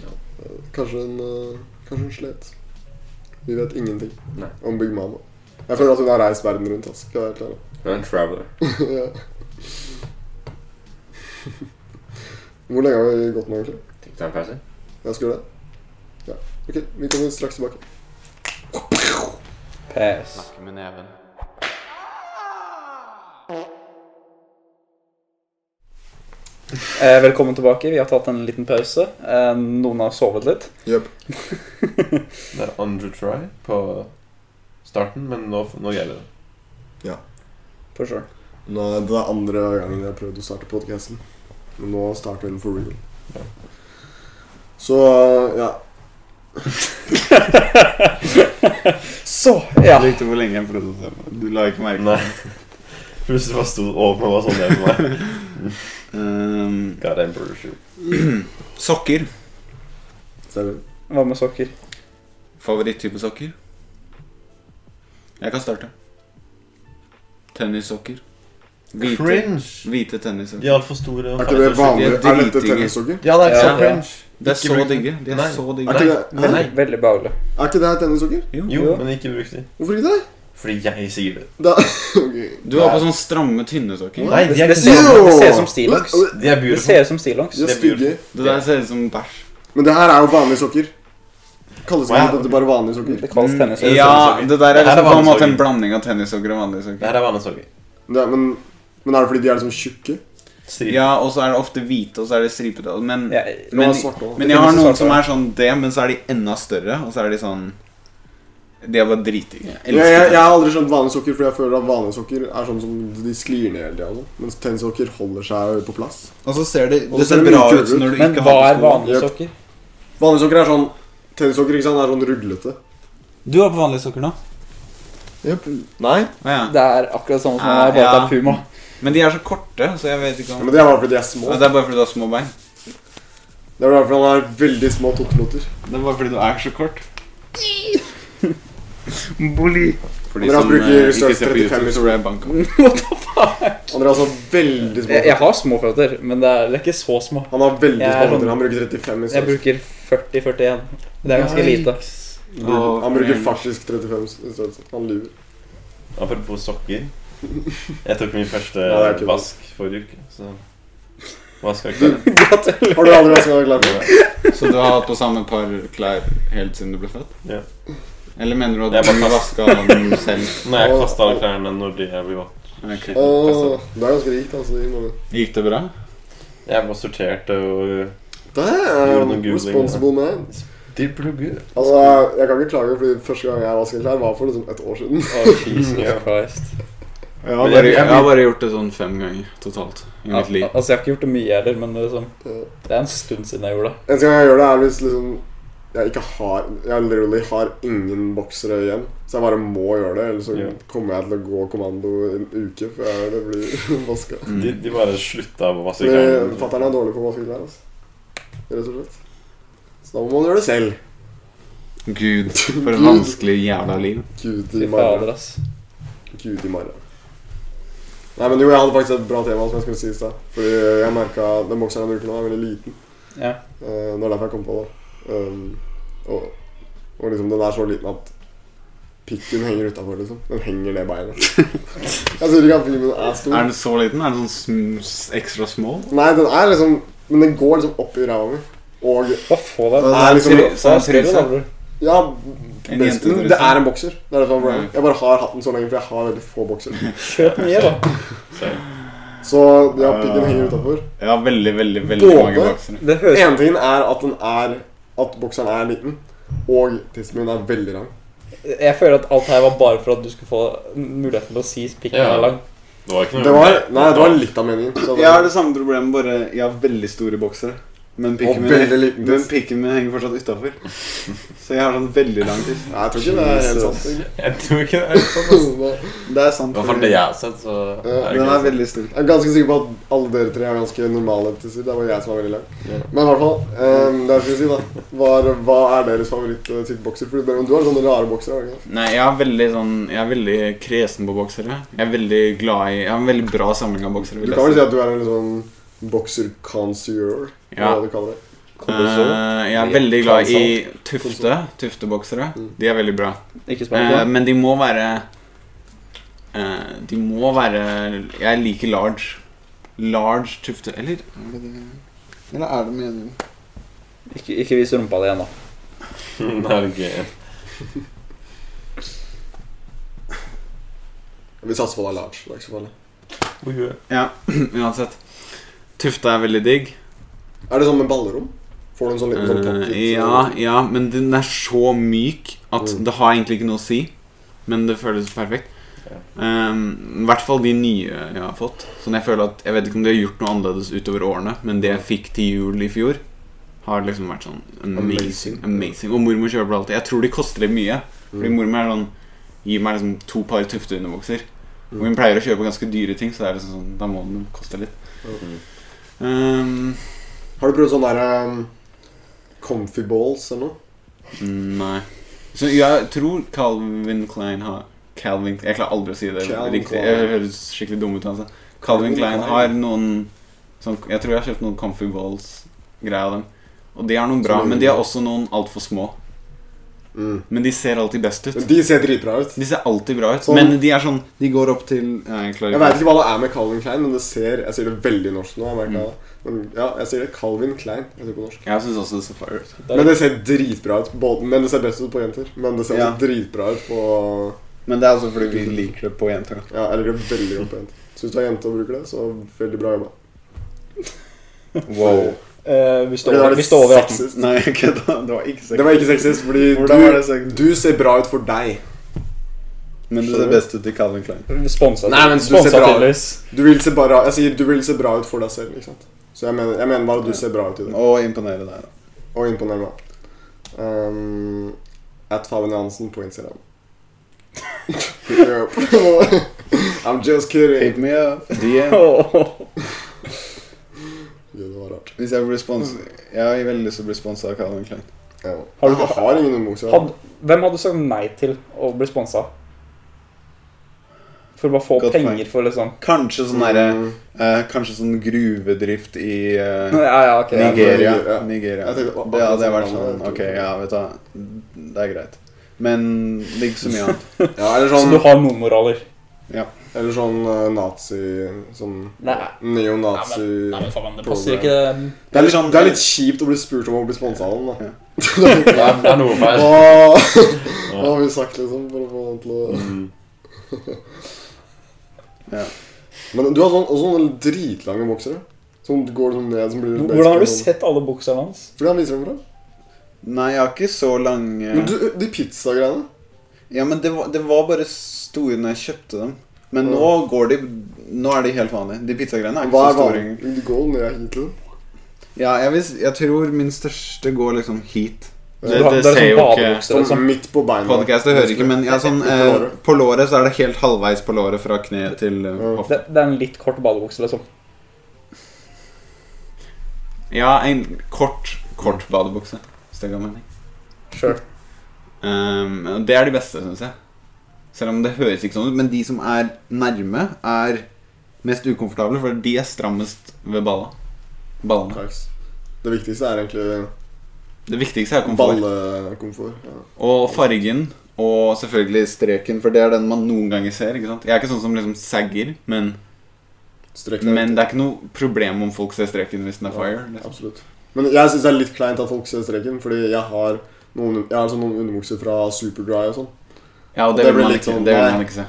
S3: No.
S2: Kanskje hun, eh, kanskje hun slet. Vi vet ingenting
S3: Nei.
S2: om Big Mama. Jeg føler at hun har reist verden rundt. Altså. Skal jeg være helt ærlig.
S3: Hun er en traveler.
S2: Ja. Hvor lenge har vi gått nå, egentlig?
S3: Tenk deg en pause.
S2: Jeg skulle det. Ja. Ok, vi kommer straks tilbake.
S4: Pass.
S5: Snakke med neven.
S4: Eh, velkommen tilbake. Vi har tatt en liten pause. Eh, noen har sovet litt.
S2: Jøp.
S3: Det er andre try på starten, men nå, nå gjelder det.
S4: For sure.
S2: Nå er det er andre gangen jeg har prøvd å starte podcasten. Men nå starter den for real.
S3: Ja.
S2: Så ja.
S4: Så, ja.
S9: Jeg likte hvor lenge jeg prøvde å se på. Du la ikke merke
S3: Nei. Plutselig bare sto det over meg hva sånn det er for meg.
S9: Ehm,
S3: God Emperor Shoot.
S5: Sokker.
S2: Ser du?
S4: Hva med sokker?
S5: Favoritttype sokker? Jeg kan starte. Tennissokker. Hvite,
S3: Cringe!
S5: hvite tennissokker.
S3: De er altfor store.
S2: Er ikke det vanlig?
S5: De er
S2: Er dette
S5: dritdigge.
S2: tennissokker?
S3: Ja, det er ikke
S4: Ja,
S3: så cringe.
S5: De er
S3: Ikke
S5: så
S3: bruk dem.
S5: digge. De er
S3: Nei.
S5: så
S2: Er
S5: digge.
S2: ikke
S3: Nei.
S2: det, hæ?
S3: Nei.
S4: Veldig behagelig.
S2: er ikke det tennissokker?
S3: Jo, men ikke bruk de.
S2: Hvorfor ikke det?
S3: Fordi jeg sier det.
S2: Da, ok.
S5: Du har på sånne stramme, tynne sokker.
S3: Nei, de er
S4: det,
S3: ikke
S4: ser,
S2: Jo!
S4: det ser ut som stillongs.
S3: De er
S4: Det
S3: beautiful.
S4: ser ut som stillongs.
S2: De er
S3: Det blir-
S2: stygge.
S5: Det der ser ut som bæsj.
S2: Men det her er jo vanlige sokker. Kalles ikke
S3: Wow.
S2: dette bare vanlige sokker?
S4: Det kalles tennis.
S3: det
S5: Mm, Ja,
S3: tennissokker?
S5: det der
S3: Det
S5: er
S3: her er
S5: liksom på en måte
S3: vanlige
S5: en blanding av tennissokker og vanlige
S3: Det
S5: sokker.
S3: her er vanlige sokker.
S2: Det er, men, men er det fordi de er liksom tjukke?
S3: Strip.
S5: Ja, og så er det ofte hvite, og så er det stripete. og- Men,
S4: Ja,
S2: De er
S5: men,
S2: svarte også.
S5: men jeg har noen som er sånn det, men så er de enda større, og så er de sånn De er bare dritdigge. Jeg
S2: Jeg, jeg,
S5: elsker
S2: jeg
S5: det.
S2: har aldri skjønt vanlige sokker, fordi jeg føler at vanlige sokker er sånn som de sklir ned hele tida. og sånn. Mens tennissokker holder seg på plass.
S5: Og så ser de,
S2: Og
S5: det
S2: så
S5: ser
S2: ser de
S5: bra
S2: mykere
S5: ut
S2: ut.
S5: når du
S4: Men
S5: ikke
S4: hva
S5: har
S4: er
S5: på sko.
S4: vanlige
S2: Jep.
S4: sokker?
S2: Vanlige sokker er sånn Tennissokker ikke sant, er sånn ruglete.
S5: Du har på vanlige sokker nå?
S2: Nei.
S5: Ja.
S4: Det er akkurat samme som
S5: Ah,
S4: når jeg bare
S5: ja.
S4: tar Puma.
S5: Men de er så korte, så jeg vet ikke
S2: Ja,
S5: om
S2: men Det er bare fordi de er små.
S5: ja, Det er bare fordi du har små bein.
S2: Det er derfor han har veldig små totteloter.
S9: det er bare fordi du er så kort.
S5: For
S2: Andreas bruker
S5: eh,
S2: størrelse
S5: ser på
S2: 35
S5: YouTube, så blir jeg banka.
S2: Andreas har altså veldig små
S4: Jeg, jeg
S2: føtter.
S4: har små føtter, men det er, det er ikke så små.
S2: Han har veldig
S4: Jeg
S2: små
S4: er
S2: føtter.
S4: sånn-
S2: Han bruker 35 i
S4: Jeg
S2: størrelse.
S4: bruker 40-41. Det er ganske lite.
S5: Åh,
S2: Han bruker
S5: men-
S2: faktisk 35 i størrelse. Han lyver.
S3: Apropos sokker. Jeg tok min første
S2: Ja, det er kult.
S3: vask forrige uke, så Vaska klær.
S2: Har du aldri vært så glad for det?
S5: Så du har hatt på samme par klær helt siden du ble født?
S3: Ja.
S5: Eller mener du
S3: Jeg
S5: at
S3: bare
S5: du vaska dem selv?
S3: Nei, jeg kasta alle klærne når de jeg blir våt.
S5: Ok.
S2: Åh, du er ganske rikt, altså. i mange-
S5: Gikk det bra?
S3: Jeg bare sorterte og Gjorde noen
S2: Damn,
S3: googling,
S2: responsible man.
S3: De plugger.
S2: Altså, Jeg kan ikke klage, fordi første gang jeg vasket klær, var for liksom et år siden.
S4: Jesus
S9: Jeg
S4: Christ.
S3: Men
S9: har
S3: jeg-
S9: bare,
S5: Jeg
S3: jeg
S5: har bare gjort det sånn fem ganger totalt i mitt
S4: Al-
S5: liv.
S4: Altså, jeg har ikke gjort det mye heller, men det er, liksom,
S2: Ja.
S4: det er en stund siden jeg gjorde det.
S2: Eneste gang jeg gjør det, er hvis liksom jeg ikke har Jeg literally har ingen boksere igjen. Så jeg bare må gjøre det, ellers så
S3: Ja.
S2: kommer jeg til å gå kommando i en uke før jeg- det blir vaska.
S5: Mm.
S3: De, de bare slutta å vaske
S2: Fatter'n er
S3: klærne.
S2: dårlig på å vaske klær, altså. Rett og slett. Så da må man gjøre det selv.
S5: Gud, for et vanskelig jævla liv.
S2: Gud
S4: Fy
S2: i
S4: fader,
S2: marra.
S4: ass.
S2: Gud i marra. Nei, men jo, jeg hadde faktisk et bra tema som jeg skulle si i stad. Fordi jeg merket den bokseren jeg bruker nå, er veldig liten.
S4: Ja.
S2: Eh, Det var derfor jeg kom på det. Um, og, og liksom den er så liten at pikken henger utafor, liksom. Den henger ned beinet. jeg sier ikke at filmen er
S5: Er
S2: stor.
S5: den så liten? Er den sånn sm- s- ekstra small?
S2: Nei, den er liksom Men den går liksom opp i ræva mi. Og
S4: Hva få deg?
S2: Det er liksom-
S4: Hva- hva
S5: sånn
S4: skrev du da,
S5: truse.
S4: bror?
S2: ja
S5: En
S2: basically,
S5: jentetruse.
S2: Det er en bokser. Det er derfor jeg,
S5: Ja.
S2: jeg bare har hatt den så lenge, for jeg har veldig få bokser.
S4: Kjøp nye, da.
S2: Så ja, pikken henger utafor.
S5: Jeg har veldig, veldig veldig
S2: Både?
S5: mange boksere.
S4: Det høres
S2: Ene tingen er at den er At bokseren er liten, og tissen min er veldig lang.
S4: Jeg føler at alt her var bare for at du skulle få muligheten til å si pikken
S3: Ja.
S4: er lang.
S3: Det var
S5: Mm.
S3: ikke noe
S2: Det var, nei, det var litt av meningen. så det-
S9: Jeg har det samme problemet, bare jeg har veldig store boksere. Men
S2: Og
S9: pikken
S2: veldig
S9: min,
S2: liten
S9: men
S2: tiss.
S9: pikken min henger fortsatt utafor. Så jeg har sånn veldig lang tiss.
S2: Nei, jeg tror ikke det er helt sant. egentlig.
S3: Jeg tror ikke det. er sånn, altså.
S2: Jeg
S9: Det er sant.
S3: I hvert fall det jeg har sett, så
S2: Ja,
S9: Den er veldig stor.
S2: er ganske sikker på at alle dere tre er ganske normale tisser. Det var jeg som var veldig lang.
S3: Ja.
S2: Men i hvert fall, ehm, det jeg skulle si, da, var hva er deres eh, favoritt-tittbokser? For Benjamin, du har sånne rare boksere, har du ikke? det?
S5: Nei, jeg er veldig sånn Jeg er veldig kresen på boksere. Jeg er veldig glad i Jeg har en veldig bra samling av boksere.
S2: Du kan vel si at du er en litt sånn bokser-consueur,
S5: Ja.
S2: hva du kaller det.
S5: Eh, jeg er veldig
S2: Mm.
S5: glad i tufte. Tufteboksere. De er veldig bra.
S4: Ikke
S5: Eh,
S4: spør meg.
S5: men de må være Eh, de må være Jeg liker large. Large Tufte Eller
S10: Er det det? Eller er det medium?
S4: Ikke, ikke vis rumpa di ennå.
S3: Nei, okay.
S2: Vi satser på det er large. Det er ikke så farlig.
S5: Ja, uansett. Tufte er veldig digg.
S2: Er det sånn med ballerom? Får du en sånn liten sånn pocket?
S5: Eh, ja, ja, men den er så myk at
S2: Mm.
S5: det har egentlig ikke noe å si. Men det føles perfekt. Um, I hvert fall de nye jeg har fått. Sånn jeg, føler at, jeg vet ikke om de har gjort noe annerledes utover årene, men det jeg
S2: Mm.
S5: fikk til jul i fjor, har liksom vært sånn amazing.
S2: Amazing.
S5: amazing. Og mormor kjøper det alltid. Jeg tror de koster litt mye. Fordi
S2: Mm.
S5: mormor er sånn gir meg liksom to par tøfte underbukser.
S2: Mm.
S5: Og hun pleier å kjøpe ganske dyre ting, så det er liksom sånn, da må den koste litt.
S3: Mm.
S5: Um,
S2: Har du prøvd sånn derre um, comfy balls eller noe?
S5: Nei. Så jeg tror Calvin Klein har Calvin Jeg klarer aldri å si det
S2: Calvin
S5: riktig.
S2: Klein.
S5: Jeg høres skikkelig dum ut. Altså. Calvin Klein har noen sånn, Jeg tror jeg har kjøpt noen Comfy Balls-greier av dem. Og de har noen bra,
S2: Som er
S5: men de har også noen altfor små.
S2: Mm.
S5: Men de ser alltid best ut.
S2: Men De ser dritbra ut.
S5: De ser alltid bra ut,
S2: Sånn.
S5: men de er sånn De går opp til Nei, jeg klarer
S2: Jeg
S5: ikke.
S2: veit ikke hva det er med Calvin Klein, men det ser Jeg sier det veldig norsk nå. Jeg
S10: Mm.
S2: merker det. Men ja, jeg sier det Calvin Klein. Jeg sier på norsk.
S5: Jeg syns også det ser fire ut.
S4: Det er-
S2: Men det ser dritbra ut. Både, men det ser best ut på jenter. Men det ser
S10: Ja.
S2: også dritbra ut på
S10: Men det er også fordi vi liker det på jenter. da.
S2: Ja, jeg liker det veldig godt på jenter. Så hvis du er jente og bruker det, så veldig bra jobba.
S10: Wow.
S4: Eh, hvis,
S2: Fordi det
S4: du over,
S2: er litt
S4: hvis du er over 18.
S2: sexist.
S10: Nei, kødda. Det var ikke
S2: Det
S10: sexy.
S2: var ikke sexist, fordi
S10: Hvordan var det
S2: du,
S10: sexist?
S2: du ser bra ut for deg.
S10: Men det ser best ut i Calvin Klein.
S4: Sponsa
S2: Nei, men du ser bra ut.
S4: tydeligvis.
S2: Du vil se bra, jeg sier du vil se bra ut for deg selv. ikke sant? Så jeg mener, jeg mener bare at du ser bra ut i det.
S10: Og imponere der. da.
S2: Og imponer meg. Um, at Fabian Jansen på Instagram. I'm just
S10: Hit
S2: kidding.
S10: me up. DM.
S4: Åh.
S2: Gud, det var rart.
S10: Hvis jeg blir sponset Jeg har veldig lyst til å bli sponset av Calvin Klein.
S2: Ja.
S4: Har du-
S2: jeg har ingen underbukser.
S4: Hadde- Hvem hadde sagt nei til å bli sponsa? For å bare få
S10: Godt poeng.
S4: penger for liksom
S10: Kanskje sånn derre
S2: Mm.
S10: eh, Kanskje sånn gruvedrift i eh,
S4: Ja, ja, ok.
S2: Nei.
S10: Nigeria.
S2: Nigeria.
S10: Nigeria.
S2: Jeg tenkte
S10: Det
S2: akkurat
S10: hadde
S2: samme
S10: vært
S2: land,
S10: sånn
S2: jeg
S10: Ok,
S2: tror.
S10: ja, vet du hva. Det er greit. Men det er ikke så mye annet.
S2: Ja, eller
S4: Så
S2: sånn,
S4: du har noen moraler?
S2: eller sånn eh, nazi Sånn
S4: Nei.
S2: neonazi
S4: faen, det
S2: passer ikke
S4: det.
S2: det, er litt, det er litt kjipt å bli spurt om å bli sponsa av den, da.
S10: Ja.
S3: Det er- det er noe feil.
S2: Hva hva har vi sagt, liksom, for å få den til å
S3: Mm.
S2: Men du har sånn, også sånne dritlange boksere. Som går sånn ned som blir
S4: Hvordan har du sett alle bokserne hans?
S2: Fordi han viser dem fram.
S10: Nei, jeg har ikke så lang eh,
S2: Men du, de pizzagreiene
S10: Ja, men det var, det var bare store når jeg kjøpte dem. Men
S2: Ja.
S10: nå går de Nå er de helt vanlige. De pizzagreiene er ikke
S2: Hva
S10: så
S2: er
S10: store.
S2: vanlig?
S10: egentlig.
S2: Du går ned hit til dem.
S10: Ja, jeg, vil, s- jeg tror min største går liksom hit.
S4: Så
S5: Det-
S4: du har-
S5: det
S4: det
S5: ser
S4: er sånn
S5: jo ikke-
S4: badebukser,
S2: Sånn
S4: liksom.
S2: midt på beina.
S10: Podcast, jeg hører ikke, men ja, sånn,
S2: Midt på
S10: eh,
S2: låret.
S10: på låret så er det helt halvveis på låret fra kne til eh,
S2: Ja.
S10: hofte.
S4: Det, det er en litt kort badebukse, liksom.
S5: Ja, en kort, kort badebukse. Hvis det ga mening.
S4: Sure.
S5: Um, det er de beste, syns jeg. Selv om det høres ikke sånn ut. Men de som er nærme, er mest ukomfortable, for de er strammest ved balla. Ballene.
S2: Thanks. Det viktigste er egentlig
S5: Det viktigste er komfort.
S2: ballekomfort. Ja.
S5: Og fargen. Og selvfølgelig streken, for det er den man noen ganger ser. ikke sant? Jeg er ikke sånn som liksom sagger, men,
S2: Strekk deg
S5: men
S2: ut.
S5: det er ikke noe problem om folk ser streken hvis den er
S2: Ja,
S5: fire. Liksom.
S2: Absolutt. Men jeg syns det er litt kleint at folk ser streken, fordi jeg har noen, jeg har sånn noen underbukser fra Superdry og sånn.
S5: Ja, og det,
S2: Det
S5: vil
S2: blir
S5: man
S2: litt
S5: ikke,
S2: sånn,
S5: det vil
S2: nei.
S5: man ikke se.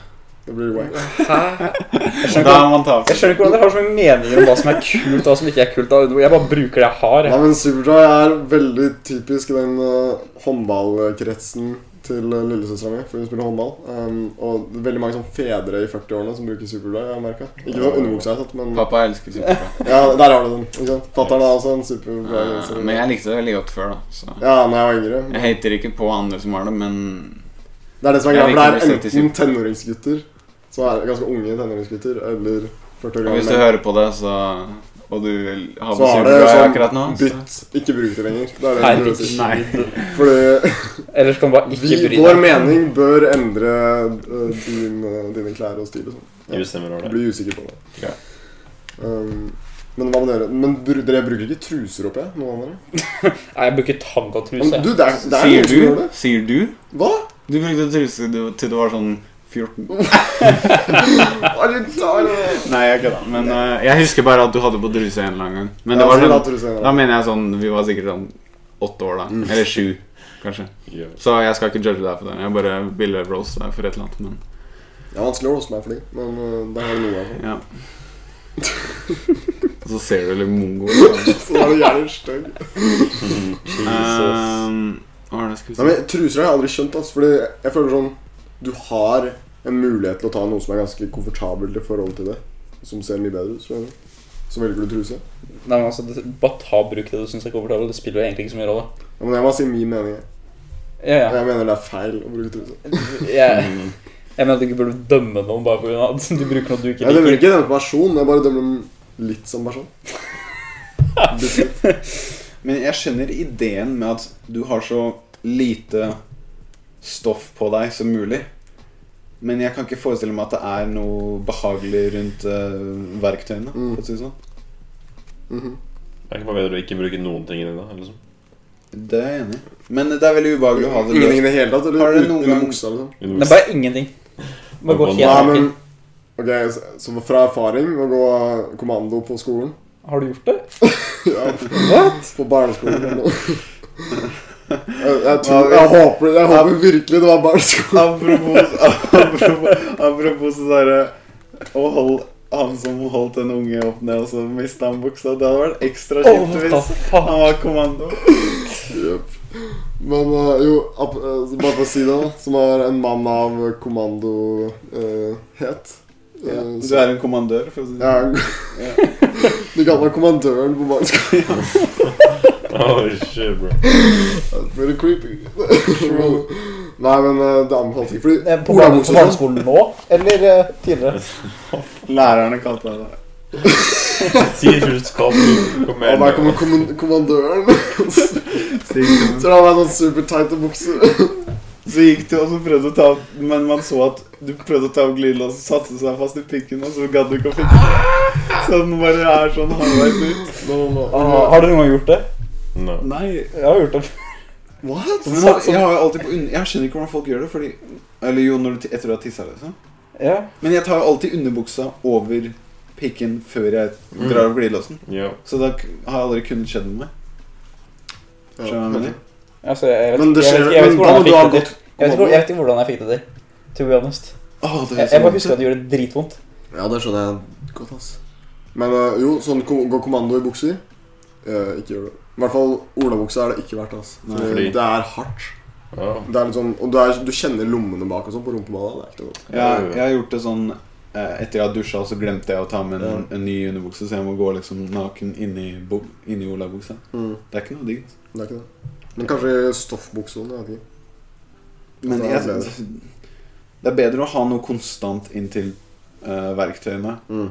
S2: Det blir wack.
S4: Hæ? Jeg skjønner
S5: Da
S4: ikke,
S5: må man ta av
S4: jeg
S5: seg.
S4: skjønner ikke hvordan dere har så mye meninger om hva som er kult og hva som ikke er kult. da. Jeg bare bruker det jeg har.
S2: Nei,
S4: Jeg.
S2: men Superdry er veldig typisk i den eh, håndballkretsen til uh, lillesøstera mi, for hun spiller håndball. Um, og det er veldig mange sånn fedre i 40-årene som bruker Superdry, har jeg merket. Ikke sånn underbuksa jeg har sett, men
S5: Pappa elsker superbra.
S2: Ja, der har du den. ikke sant? Fatter'n er også en Superdry-genser.
S5: Ah, Men jeg likte det veldig godt før, da. Så.
S2: Ja, når jeg var yngre.
S5: Jeg hater ikke på andre som har det, men
S2: Det er det som
S5: Jeg
S2: er greia, for det
S5: liker
S2: er
S5: bestemt i
S2: enten tenåringsgutter, som er ganske unge tenåringsgutter, eller 40 år
S5: og hvis du
S2: gamle menn.
S5: hører på det, så Og du har på
S2: Så er det
S5: superbra
S2: sånn
S5: akkurat nå så.
S2: Bytt, ikke bruk det lenger. Det er det jeg prøver å si.
S4: Herregud.
S2: Fordi
S4: Ellers kan du bare ikke
S2: Vi,
S4: bry
S2: vår
S4: deg.
S2: mening bør endre eh, din, eh, dine klær og stil og sånn.
S3: Du stemmer over
S2: Jeg
S3: det.
S2: Blir usikker på det.
S3: Ja.
S2: Um, men hva med dere? Men bru- Dere bruker ikke truser opp, jeg? Noen av dere?
S4: Nei, jeg bruker tangatruse.
S2: Men,
S4: jeg.
S2: du, det er, det er
S5: Sier
S2: noen som gjør
S5: du?
S2: det.
S5: Sier du?
S2: Hva?
S5: Du brukte truse du- til du var sånn 14
S2: Argentina!
S5: Nei, jeg kødda. Men eh, jeg husker bare at du hadde på druse en eller annen gang. Men det
S2: Ja,
S5: var
S2: så da Mm.
S5: sånn,
S2: tror du ser det.
S5: da mener jeg sånn Vi var sikkert sånn åtte år, da. Eller sju, kanskje.
S3: Ja.
S5: Så jeg skal ikke judge deg for det. Jeg bare ville roast deg for et eller annet. Men
S2: Det er vanskelig å roaste meg for det, men eh, der har du noe. Altså.
S5: Ja. Og så ser du litt mongo ut.
S2: Så er du jævlig stygg.
S3: Mm. Jesus.
S5: Ehm, hva var det jeg skulle si?
S2: Nei, men Truser har jeg aldri skjønt. Altså, fordi jeg føler sånn Du har en mulighet til å ta noe som er ganske komfortabelt i forhold til det. Som ser mye bedre ut. tror jeg. Så velger du truse.
S4: Nei, men altså, det, Bare ta bruk det du syns er komfortabelt. Det spiller jo egentlig ikke så mye rolle.
S2: Ja, men jeg må si min mening. jeg.
S4: Ja, ja.
S2: Jeg mener det er feil å bruke truse.
S4: Jeg, jeg mener at du ikke burde dømme noen bare pga. at du bruker noe du ikke
S2: Jeg dømmer
S4: liker.
S2: ikke denne personen, jeg bare dømmer dem litt som person. Bitte litt.
S5: Men jeg skjønner ideen med at du har så lite stoff på deg som mulig. Men jeg kan ikke forestille meg at det er noe behagelig rundt eh, verktøyene.
S2: Mm.
S5: For å si det sånn.
S2: Mhm.
S3: Det er ikke bare bedre å ikke bruke noen ting i det, da? Liksom.
S5: Det er jeg enig i. Men det er veldig ubehagelig å ha det
S2: Ingenting
S5: løst.
S2: i det hele tatt? Eller
S5: Har dere
S2: ut-
S5: noen
S2: under
S5: gang-
S2: buksa? Liksom.
S4: Det er bare ingenting. Bare gå
S3: Nei,
S2: Nei,
S4: helt
S2: men
S4: men...
S2: Ok, så, så fra erfaring å gå kommando på skolen
S4: Har du gjort det?
S2: ja, På barneskolen eller noe. Jeg, jeg, tror, jeg, håper, jeg håper virkelig det var barneskolen.
S5: Apropos, apropos, apropos så derre Å holde han som holdt en unge opp ned, og så mista han buksa. Det hadde vært ekstra
S4: Åh,
S5: kjipt
S4: hva
S5: hvis
S4: faen?
S5: han var kommando.
S2: Jep. Men eh, jo, ap eh, så bare for å si det, da, som er en mann av eh, kommandohet
S5: Ja, Eh, du er en kommandør, for å si det
S2: Eh,
S5: sånn.
S2: Ja. Du kaller meg kommandøren på barneskolen.
S3: Oh, shit, bro.
S2: Very creepy. Nei, men eh, det anbefales ikke. Fordi
S4: Eh, På barne- på
S2: olabukser og sånn-
S4: barneskolen nå? Eller eh, tidligere?
S5: sånn. Lærerne kalte deg det.
S3: Jesus, kom, kom
S2: Og
S3: igjen.
S2: der kommer kommun- kommandøren.
S5: Så,
S2: Så han har sånn supertighte bukser.
S5: så gikk du og så prøvde å ta opp Men man så at du prøvde å ta opp glidelåsen, satte seg fast i pikken, og så gadd du ikke å fikse det. Så den bare er sånn halvveis ut.
S2: Nå- nå-
S4: Ah, har du noen gang gjort det?
S3: No.
S5: Nei.
S4: Jeg har gjort det.
S2: What?
S5: Men jeg, jeg har jo alltid på under, Jeg skjønner ikke hvordan folk gjør det, fordi Eller jo, når du, ti- etter du har tissa, liksom.
S4: Ja.
S5: Men jeg tar jo alltid underbuksa over pikken før
S4: Mm.
S5: jeg drar opp glidelåsen.
S3: Ja.
S5: Så da k- har jeg aldri kunnet skjedd med meg. Skjønner du hva jeg mener?
S4: Altså, jeg, vet,
S2: Men det
S4: jeg,
S2: skjer-
S4: vet, jeg vet
S2: men
S4: ikke
S2: da må
S4: hvordan jeg
S2: du ha
S4: fikk det
S2: gått
S4: til. Jeg vet, ikke, hvor- jeg vet ikke hvordan jeg fikk det til. To be honest.
S5: Åh, det
S4: Jeg,
S5: høres
S2: sånn
S4: jeg bare
S5: vondt
S4: husker
S5: ut.
S4: at det gjorde dritvondt.
S2: Ja, det skjønner jeg godt, ass. Men eh, jo, sånn ko gå kommando i bukser eh, Ikke gjør det. I hvert fall olabukse er det ikke verdt. ass.
S5: Nei,
S2: Fordi
S3: fordi-
S2: Det er hardt.
S3: Ja.
S2: Det er litt sånn, og du, er, du kjenner lommene bak og sånn på rumpeballa. Det er ikke noe godt.
S5: Jeg, jeg har gjort det sånn eh, Etter jeg har dusja, så glemte jeg å ta med en, en ny underbukse, så jeg må gå liksom naken inni, bu- inni olabuksa.
S2: Mm,
S5: Det er ikke noe digg. altså.
S2: det er ikke det. Men kanskje stoffbukse og sånn. Jeg vet ikke.
S5: Men
S2: Det er
S5: jeg, det er bedre å ha noe konstant inntil eh, verktøyene
S2: Mm.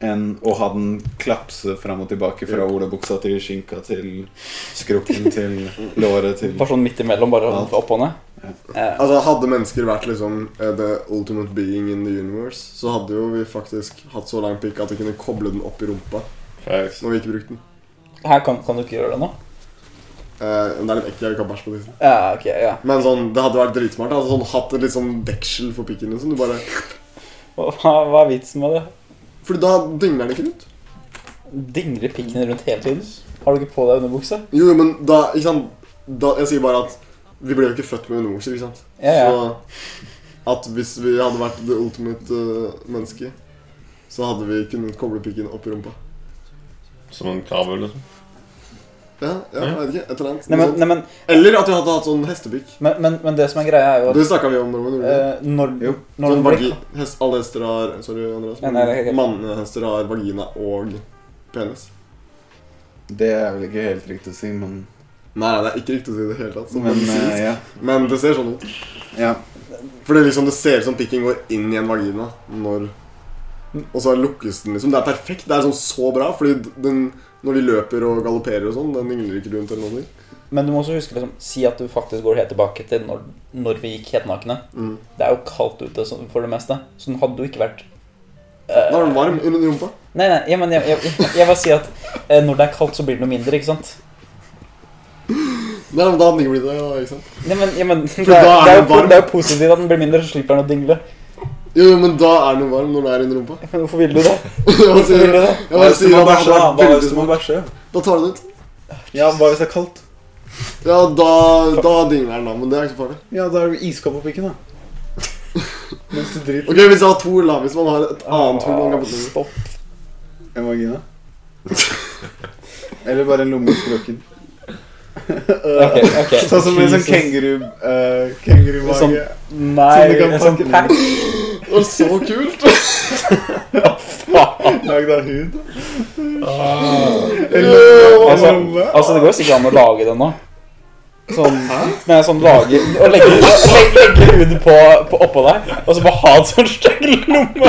S5: enn å ha den klapse fram og tilbake fra olabuksa til skinka til skrukken til låret til
S4: Bare sånn midt imellom, bare
S5: Ja.
S4: opp og ned. Eh,
S2: Altså, Hadde mennesker vært liksom eh, the ultimate being in the universe, så hadde jo vi faktisk hatt så lang pikk at vi kunne koble den opp i rumpa
S3: Facts.
S2: når vi ikke brukte den.
S4: her kan, kan du ikke gjøre det nå?
S2: Eh, det er litt ekkelt, jeg vil ikke ha bæsj på tissen.
S4: Ja, ok, ja.
S2: Men sånn, det hadde vært dritsmart. Altså, sånn, hatt et litt sånn veksel for pikken. Liksom. Du bare,
S4: Hva, hva er vitsen med det?
S2: fordi da dingler den ikke rundt.
S4: Dingler pikken rundt hele tiden? Har du ikke på deg underbukse?
S2: Jo, jo, men da, ikke sant da, Jeg sier bare at vi ble jo ikke født med underbukser, ikke sant?
S4: Ja, ja.
S2: Så at hvis vi hadde vært det ultimate eh, menneske, så hadde vi kunnet koble pikken opp i rumpa.
S3: Som en kabel, liksom.
S2: Ja, ja, jeg vet ikke. Et eller annet.
S4: Nei, men,
S2: Noe
S4: nei, men,
S2: sånt. Eller at vi hadde hatt sånn hestepikk.
S4: men, men, men det som er greia, er jo at
S2: Det snakka vi om. Når, vi gjorde det.
S4: eh, når,
S5: Jo,
S4: når
S2: sånn
S4: den blir
S2: vagi, hest, alle hester har Sorry, Andreas.
S4: Nei, nei, det er ikke-
S2: Mannhester har vagina og penis.
S5: Det er vel ikke helt riktig å si, men,
S2: Nei, det er ikke riktig å si det i det hele tatt. som
S5: men
S2: medisinsk.
S5: eh, ja,
S2: Men det ser sånn ut.
S5: ja.
S2: For det, er liksom, det ser ut som pikken går inn i en vagina når Og så lukkes den, liksom. Det er perfekt. Det er sånn så bra, fordi den når de løper og galopperer og sånn, den yngler ikke rundt eller noe.
S4: Men du må også huske liksom, si at du faktisk går helt tilbake til når, når vi gikk helt nakne.
S2: Mm.
S4: Det er jo kaldt ute så- for det meste, så den hadde jo ikke vært
S2: Da er den varm under rumpa.
S4: Nei, nei, jeg, men jeg, jeg, jeg, jeg bare sier at eh, når det er kaldt, så blir det noe mindre, ikke sant?
S2: Nei, men da hadde den ikke blitt det. da, ikke sant?
S4: Nei, men, ja, men det,
S2: da
S4: er, det,
S2: er
S4: er
S2: den
S4: jo,
S2: varm.
S4: det er jo positivt at den blir mindre, så slipper den å dingle.
S2: Jo, jo, men da er den varm når den er under rumpa.
S4: Men hvorfor ville du det?
S2: Jeg bare
S4: Hvorfor
S2: sier
S4: ville
S2: det.
S4: du det?
S2: Jeg bare sier det.
S5: bæsje, da? Hva
S2: veldig
S5: hvis du må
S2: smart.
S5: bæsje?
S2: Da tar du den ut.
S5: Ja, hva hvis det er kaldt?
S2: Ja, da, da dingler den, da. Men det er ikke så farlig.
S5: Ja, da er du iskald på pikken, da. Mens du driter
S2: Ok, Hvis jeg har to hull, da. Hvis man har et annet hull man kan
S4: Ah,
S2: putte den i.
S4: Stopp.
S5: en vagina. Eller bare en lomme i skrokken.
S4: Ok, ok.
S5: Sånn som en sånn
S4: Jesus.
S5: kenguru... eh, kengurumage.
S4: Sånn-
S5: Sånn
S4: Nei,
S5: du kan
S4: en sånn
S5: pakke den
S4: pack.
S2: Det var så kult!
S5: Lagd av hud.
S4: Altså,
S5: Eller lomme.
S4: altså, det går jo sikkert an å lage den nå. Sånn, nei, sånn lage Å legge, legge, legge hud på, på oppå deg, og så bare ha en sånn stygg lomme.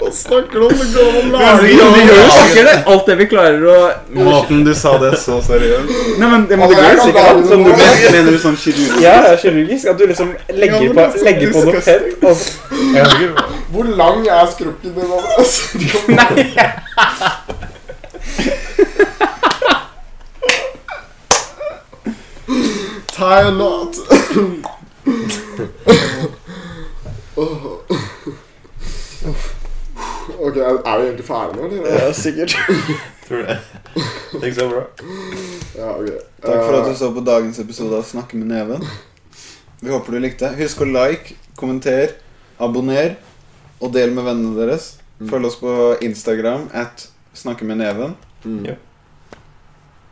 S2: Hva snakker du om? Det går an å
S5: Kanskje ikke
S2: lage det.
S5: de gjør det.
S6: Alt det vi klarer å
S5: Måten du sa det så seriøst.
S6: Nei, men det må
S2: det går sikkert an. Sånn du vet.
S5: Mener du sånn kirurgisk?
S4: Ja, det er kirurgisk. At du liksom legger på, legger på noe fett. Og, så-
S2: Hvor lang er skrukken din? da? Altså, det går-
S4: nei,
S2: Tie a knot. ok, er er vi egentlig ferdige nå, eller?
S4: sikkert.
S3: Tror det. Det gikk så bra.
S2: Ja, ok. Eh,
S5: Takk for at du så på dagens episode av Snakke med neven. Vi håper du likte. Husk å like, kommenter, abonner og del med vennene deres. Følg oss på Instagram at Snakke med neven.
S2: Mm.
S3: Ja.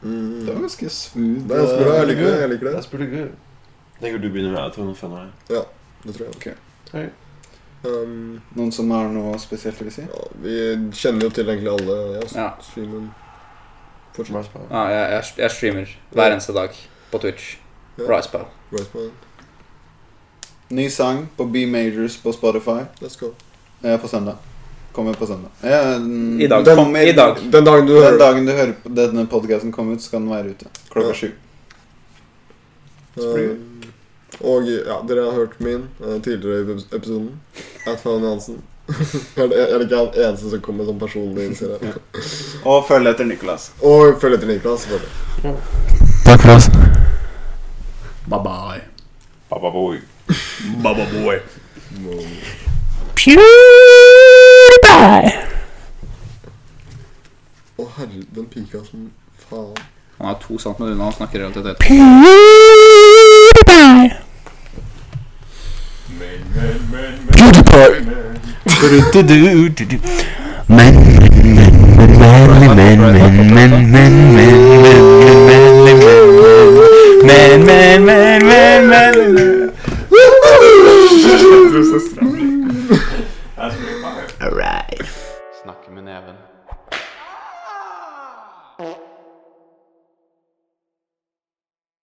S2: Mm.
S5: Det var ganske smooth.
S2: Det er ganske bra. Jeg liker det. jeg liker det.
S3: Jeg spurte ikke. Jeg tenker du begynner med outroen og funner deg.
S2: Det tror jeg.
S5: Ok.
S3: Hei.
S2: Um,
S5: eh, Noen som har noe spesielt å si?
S2: ja, vi kjenner jo til egentlig alle ja, s-
S4: Ja.
S2: streamen.
S3: Fortsatt meg spennende.
S4: Ja, jeg, jeg- jeg streamer hver eneste dag på Twitch.
S2: Ja.
S4: Risepal.
S2: Riseman.
S5: Ny sang på B Majors på Spotify
S2: Let's go.
S5: eh, på søndag. Kommer på søndag. Eh, mm,
S4: I dag.
S5: kommer-
S4: I dag.
S2: Den dagen du hører
S5: Den dagen du hører på denne podkasten komme ut, skal den være ute.
S2: Ja.
S5: Klokka sju.
S2: Um, og ja, dere har hørt min eh, tidligere i ep- episoden. At Faen Hansen. er det er det ikke han eneste som kommer som personlig innser det?
S5: Og følg etter Nicolas.
S2: Og følg etter Niklas. selvfølgelig.
S5: Takk for oss.
S6: Bye-bye.
S3: Pappa boy.
S6: Bye-bye.
S2: Å herre, den pika som faen.
S4: Han er to centimeter unna og snakker relativt høyt.
S1: Men, men, men, men, men, men.